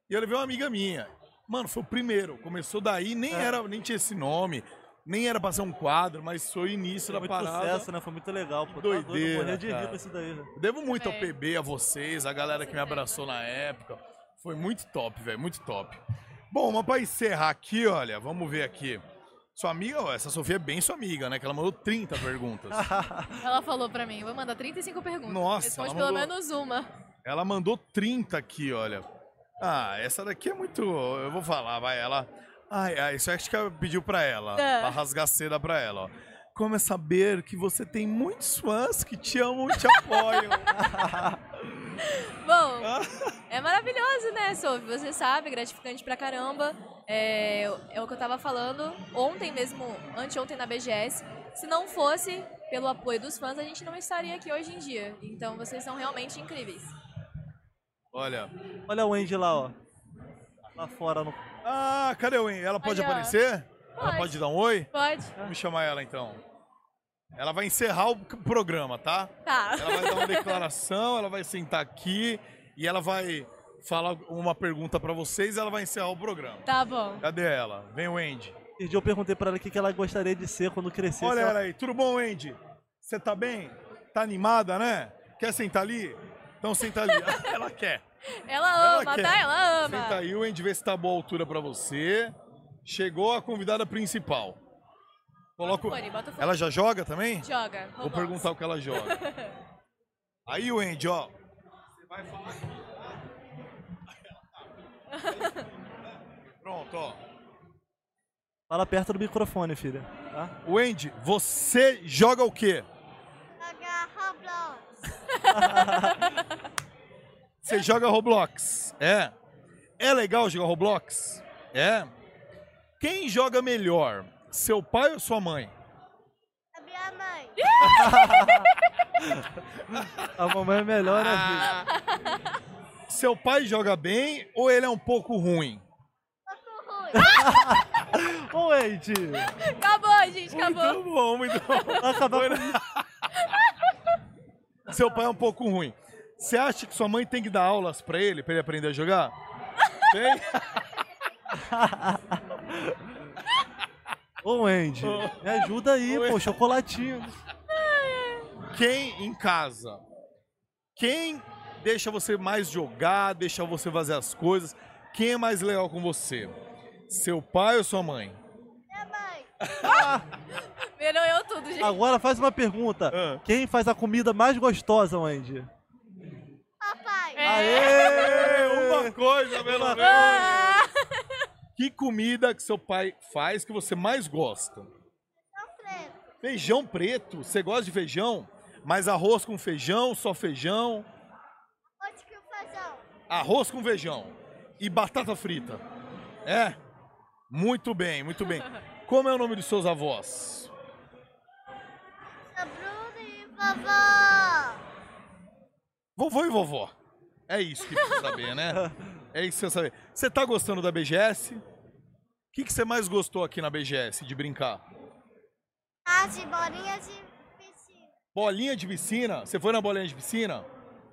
E eu levei uma amiga minha. Mano, foi o primeiro. Começou daí, nem É. era, nem tinha esse nome, nem era pra ser um quadro, mas foi o início Foi da muito parada. sucesso, né? Foi muito legal. Pô, tá doido, eu Doideira, morria de cara. rir com isso daí, velho. [LAUGHS] Eu Devo muito ao Também. PB, a vocês, a galera que me abraçou na época. Foi muito top, velho, muito top. Bom, mas pra encerrar aqui, olha, vamos ver aqui. Sua amiga, ó, essa Sofia é bem sua amiga, né? Que ela mandou 30 [LAUGHS] perguntas. Ela falou pra mim, vou mandar 35 perguntas. Nossa, Responde ela pelo mandou- menos uma. Ela mandou 30 aqui, olha. Ah, essa daqui é muito. Eu vou falar, vai. Ela. Ai, ai, isso acho que eu pediu pra ela. É. Pra rasgar a seda pra ela, ó. Como é saber que você tem muitos fãs que te amam e te [LAUGHS] apoiam? Bom, [LAUGHS] é maravilhoso, né, Sof? Você sabe, gratificante pra caramba. É, é o que eu tava falando ontem mesmo, anteontem na BGS. Se não fosse pelo apoio dos fãs, a gente não estaria aqui hoje em dia. Então vocês são realmente incríveis. olha. Olha o Andy lá, ó. Lá fora. No... Ah, cadê o Ela pode Olha. aparecer? Ela Pode. pode dar um oi? Pode? Vamos chamar ela então. Ela vai encerrar o programa, tá? Tá. Ela vai dar uma declaração, ela vai sentar aqui e ela vai falar uma pergunta pra vocês e ela vai encerrar o programa. Tá bom. Cadê ela? Vem o Andy. é Esse dia eu perguntei pra ela o que que ela gostaria de ser quando crescesse. Olha ela ela aí. Tudo bom, Andy? Você tá bem? Tá animada, né? Quer sentar ali? Então senta ali. [LAUGHS] ela quer. Ela ama, Ela quer. tá? Ela ama. Senta aí, o Andy vê se tá boa a altura pra você. Chegou a convidada principal. Coloca o... Fone, bota o fone. Ela já joga também? Joga. Vou Roblox. perguntar o que ela joga. [LAUGHS] Aí, o Andy, ó. Você vai falar aqui, tá? Aí ela tá. Pronto, ó. Fala perto do microfone, filha. Tá? Wendy, você joga o quê? [LAUGHS] Você joga Roblox? É. É legal jogar Roblox? É. Quem joga melhor? Seu pai ou sua mãe? minha mãe. A mamãe é melhor, né, filha? Ah. Seu pai joga bem ou ele é um pouco ruim? Ô, Eide, Acabou, gente, acabou. Ah. Muito bom, muito bom. vai acabar com Seu pai é um pouco ruim. Você acha que sua mãe tem que dar aulas pra ele, pra ele aprender a jogar? Tem? Ô, Andy, Ô. me ajuda aí, Ô, pô, Andy. chocolatinho. Quem em casa? Quem deixa você mais jogar, deixa você fazer as coisas? Quem é mais legal com você? Seu pai ou sua mãe? Minha mãe. Viram eu tudo, gente. Agora faz uma pergunta. Ah. Quem faz a comida mais gostosa, Andy? Papai. Aê, É, uma coisa, pelo menos. É. Ah, Que comida que seu pai faz que você mais gosta? São preto. Feijão preto? Você gosta de feijão? Mas arroz com feijão, só feijão? Onde que o fazão? Arroz com feijão e batata frita. É? Muito bem, muito bem. Como é o nome dos seus avós? Sou Bruno e vovó. Vovô e vovó. É isso que precisa saber, né? É isso que você saber. Você tá gostando da BGS? O que, que você mais gostou aqui na BGS de brincar? Ah, de bolinha de piscina. Bolinha de piscina? Você foi na bolinha de piscina?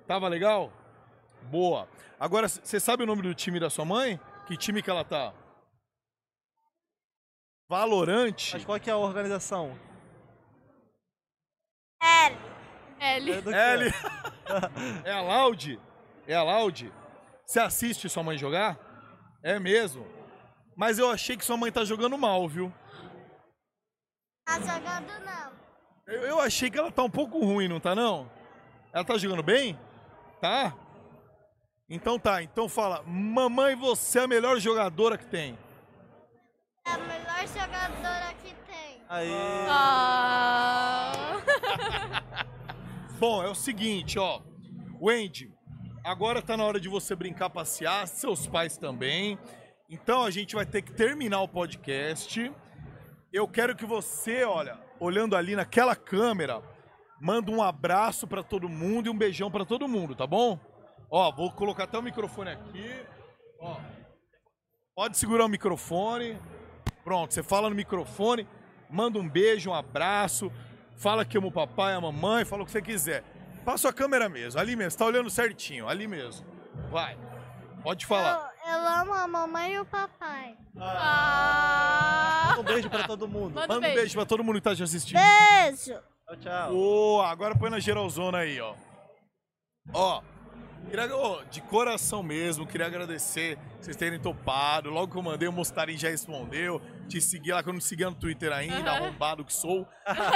Tava legal? Boa. Agora, c- você sabe o nome do time da sua mãe? Que time que ela tá? Valorante? Mas qual que é a organização? É. L. do quê? É, ele- [LAUGHS] é a Loud? É a Loud? Você assiste sua mãe jogar? É mesmo? Mas eu achei que sua mãe tá jogando mal, viu? Tá jogando não. Eu, eu achei que ela tá um pouco ruim, não tá não? Ela tá jogando bem? Tá? Então tá, então fala, mamãe, você é a melhor jogadora que tem. É a melhor jogadora que tem. Aí. Ah. Bom, é o seguinte, ó. Wendy, agora tá na hora de você brincar, passear, seus pais também. Então a gente vai ter que terminar o podcast. Eu quero que você, olha, olhando ali naquela câmera, manda um abraço pra todo mundo e um beijão pra todo mundo, tá bom? Ó, vou colocar até o microfone aqui. Ó. Pode segurar o microfone. Pronto, você fala no microfone, manda um beijo, um abraço, fala que ama o papai, a mamãe, fala o que você quiser. Passa a câmera mesmo, ali mesmo, tá olhando certinho, ali mesmo. Vai. Pode falar. Eu, eu amo a mamãe e o papai. Ah. Um beijo pra todo mundo. Manda Manda um um beijo. beijo. pra todo mundo que tá te assistindo. Beijo. Tchau, tchau. Boa, agora põe na geralzona aí, ó. Ó, queria- ô, de coração mesmo, queria agradecer vocês terem topado. Logo que eu mandei, o Mostarin já respondeu. Te segui lá, que eu não te seguia no Twitter ainda, Aham. arrombado que sou.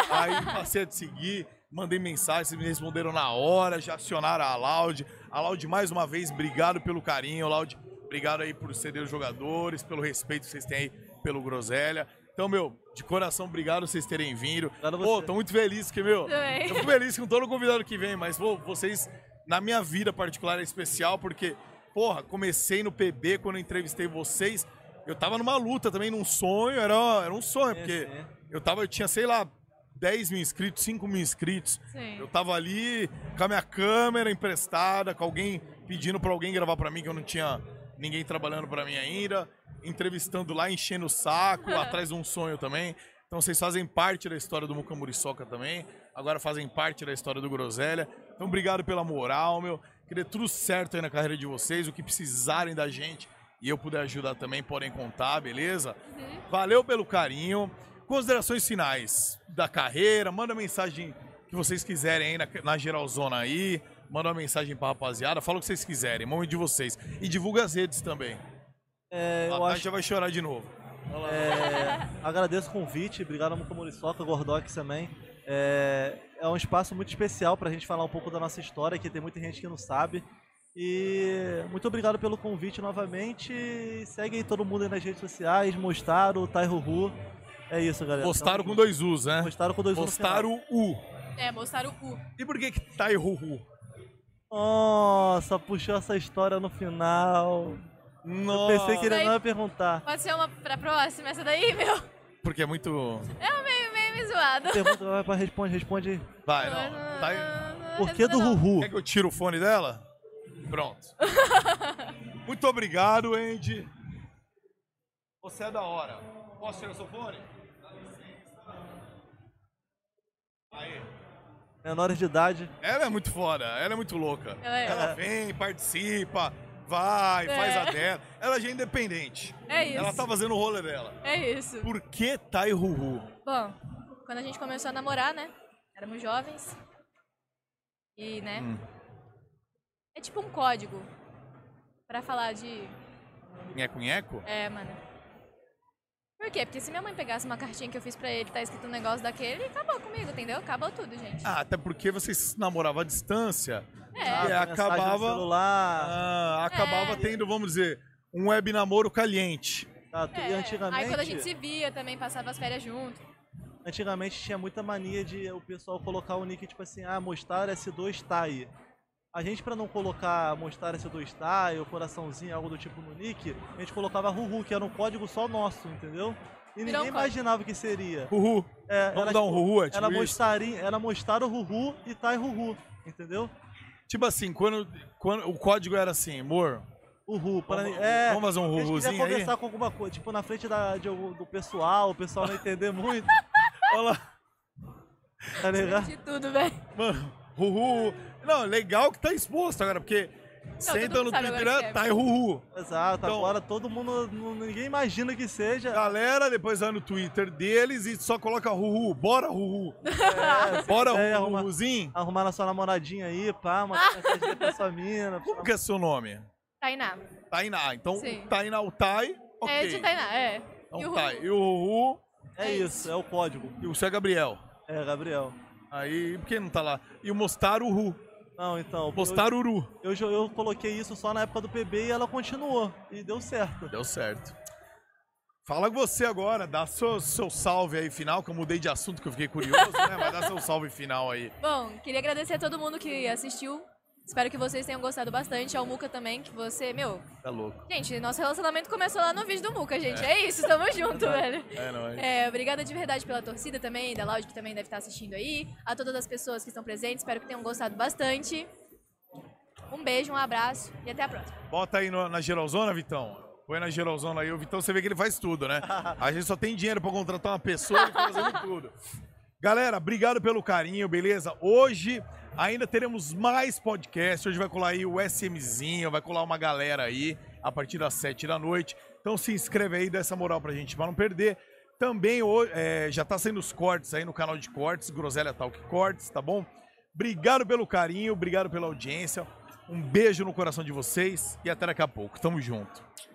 Aí passei a te seguir, mandei mensagem, vocês me responderam na hora, já acionaram a Loud. A Loud, mais uma vez, obrigado pelo carinho, Loud. Obrigado aí por ceder os jogadores, pelo respeito que vocês têm aí pelo Groselha. Então, meu, de coração, obrigado vocês terem vindo. Obrigado a você. Pô, tô muito feliz que, meu, Também. eu fico feliz com todo convidado que vem, mas pô, vocês, na minha vida particular, é especial, porque, porra, comecei no PB quando eu entrevistei vocês. Eu tava numa luta também, num sonho, era, era um sonho, porque É, Sim, sim. eu tava, eu tinha, sei lá, 10 mil inscritos, 5 mil inscritos. Eu Sim. tava ali com a minha câmera emprestada, com alguém pedindo pra alguém gravar pra mim, que eu não tinha ninguém trabalhando pra mim ainda, entrevistando lá, enchendo o saco, atrás de um sonho também. Então vocês fazem parte da história do Mucamuriçoca também, agora fazem parte da história do Groselha. Então obrigado pela moral, meu. Que dê tudo certo aí na carreira de vocês, o que precisarem da gente e eu puder ajudar também, podem contar, beleza? Valeu pelo carinho. Considerações finais da carreira, manda mensagem que vocês quiserem aí na, na geralzona aí. Manda uma mensagem pra rapaziada, fala o que vocês quiserem, momento de vocês. E divulga as redes também. É, a eu Tati acho. já vai chorar de novo. É, agradeço o convite, obrigado a Muca Muriçoca, Gordox também. É, é um espaço muito especial pra gente falar um pouco da nossa história, que tem muita gente que não sabe. E muito obrigado pelo convite novamente. E Segue aí todo mundo aí nas redes sociais, Mostaro, Taihuhu. É isso, galera. Postaram Tamo com junto. dois U's, né? Mostaram com dois U no final. Postaram U. É, mostraram o U. E por que que tá Ihuhu? Nossa, puxou essa história no final. Eu Nossa. pensei que ele Vai- não ia perguntar. Pode ser uma pra próxima, essa daí, meu? [LAUGHS] Porque é muito... Meio, meio me zoado. Pergunta, vai, vai, responde, responde. aí. Vai, não. Tá... Por que do Ruhu? Quer que eu tire o fone dela? Pronto. Muito obrigado, Andy. Você é da hora. Posso tirar o seu fone? Aí. Menores de idade. Ela é muito foda, ela é muito louca. Ela é. Ela vem, participa, vai, É. faz a dela. Ela já é independente. É isso. Ela tá fazendo o rolê dela. É isso. Por que Tai Ruhu? Bom, quando a gente começou a namorar, né? Éramos jovens. E, né? Hum. É tipo um código. Pra falar de. Nheco Nheco? É, mano. Por quê? Porque se minha mãe pegasse uma cartinha que eu fiz pra ele, tá escrito um negócio daquele, acabou comigo, entendeu? Acabou tudo, gente. Ah, até porque vocês namoravam à distância. É. E Ah, mensagem no acabava- Celular, Ah, acabava É. tendo, vamos dizer, um web namoro caliente. tá, tudo. E é. antigamente, Aí quando a gente se via também, passava as férias junto. antigamente tinha muita mania de o pessoal colocar o nick tipo assim, ah, mostrar S2 tá aí. A gente, pra não colocar mostrar S2 tá aí, ou coraçãozinho, algo do tipo no nick, a gente colocava Ruhu, que era um código só nosso, entendeu? E Virou ninguém um imaginava o que seria. Uhul. É, Vamos era, dar um tipo, Ruhu, é tipo Era isso? mostarim, era mostrar o Ruhu e Tai Ruhu, entendeu? Tipo assim, quando, quando o código era assim, amor, Ruhu, para vamos, é, vamos fazer um Se a gente quiser ruhuzinho aí? conversar com alguma coisa, tipo, na frente da, de algum- do pessoal, o pessoal não entender muito, Olha lá, tá ligado? De tudo, velho. mano, ruhu. Não, legal que tá exposto agora, porque todo senta mundo no sabe Twitter, agora que né, é. tá aí ruhu. Exato, Então- agora todo mundo, não- ninguém imagina que seja. Galera, depois vai no Twitter deles e só coloca ruhu, bora [LAUGHS] ruhu. É, bora quiser ruhu, arrumar- ruhuzinho. Arrumar na sua namoradinha aí, pá, mandar mensagem pra sua mina. Como que é seu nome? Tainá. Tainá. Então, Sim. o Tainá, o Tai, ok. É de Tainá, é. Então, E o tá, Ruhu? e o Ruhu É isso, é o código. e o seu Gabriel. É, Gabriel. Aí, por que não tá lá? E o Mostar Uhu. Não, então, Mostar Uru. eu, eu, eu coloquei isso só na época do PB e ela continuou. E deu certo. Deu certo. Fala com você agora, dá seu, seu salve aí final, que eu mudei de assunto que eu fiquei curioso, né? Mas dá seu salve final aí. Bom, queria agradecer a todo mundo que assistiu. Espero que vocês tenham gostado bastante. Ao Muca também, que você. Meu, Tá louco. gente, nosso relacionamento começou lá no vídeo do Muca, gente. É, isso, tamo junto, velho. É nóis. É, obrigada de verdade pela torcida também, da Loud que também deve estar assistindo aí. A todas as pessoas que estão presentes, espero que tenham gostado bastante. Um beijo, um abraço e até a próxima. Bota aí no- na geralzona, Vitão. Põe na geralzona aí, o Vitão, você vê que ele faz tudo, né? A gente só tem dinheiro pra contratar uma pessoa e ele tá fazendo tudo. Galera, obrigado pelo carinho, beleza? Hoje ainda teremos mais podcast. Hoje vai colar aí o SMzinho, vai colar uma galera aí a partir das 7 da noite. Então se inscreve aí, dá essa moral pra gente pra não perder. Também ho- é, já tá saindo os cortes aí no canal de cortes, Groselha Talk Cortes, tá bom? Obrigado pelo carinho, obrigado pela audiência. Um beijo no coração de vocês e até daqui a pouco. Tamo junto.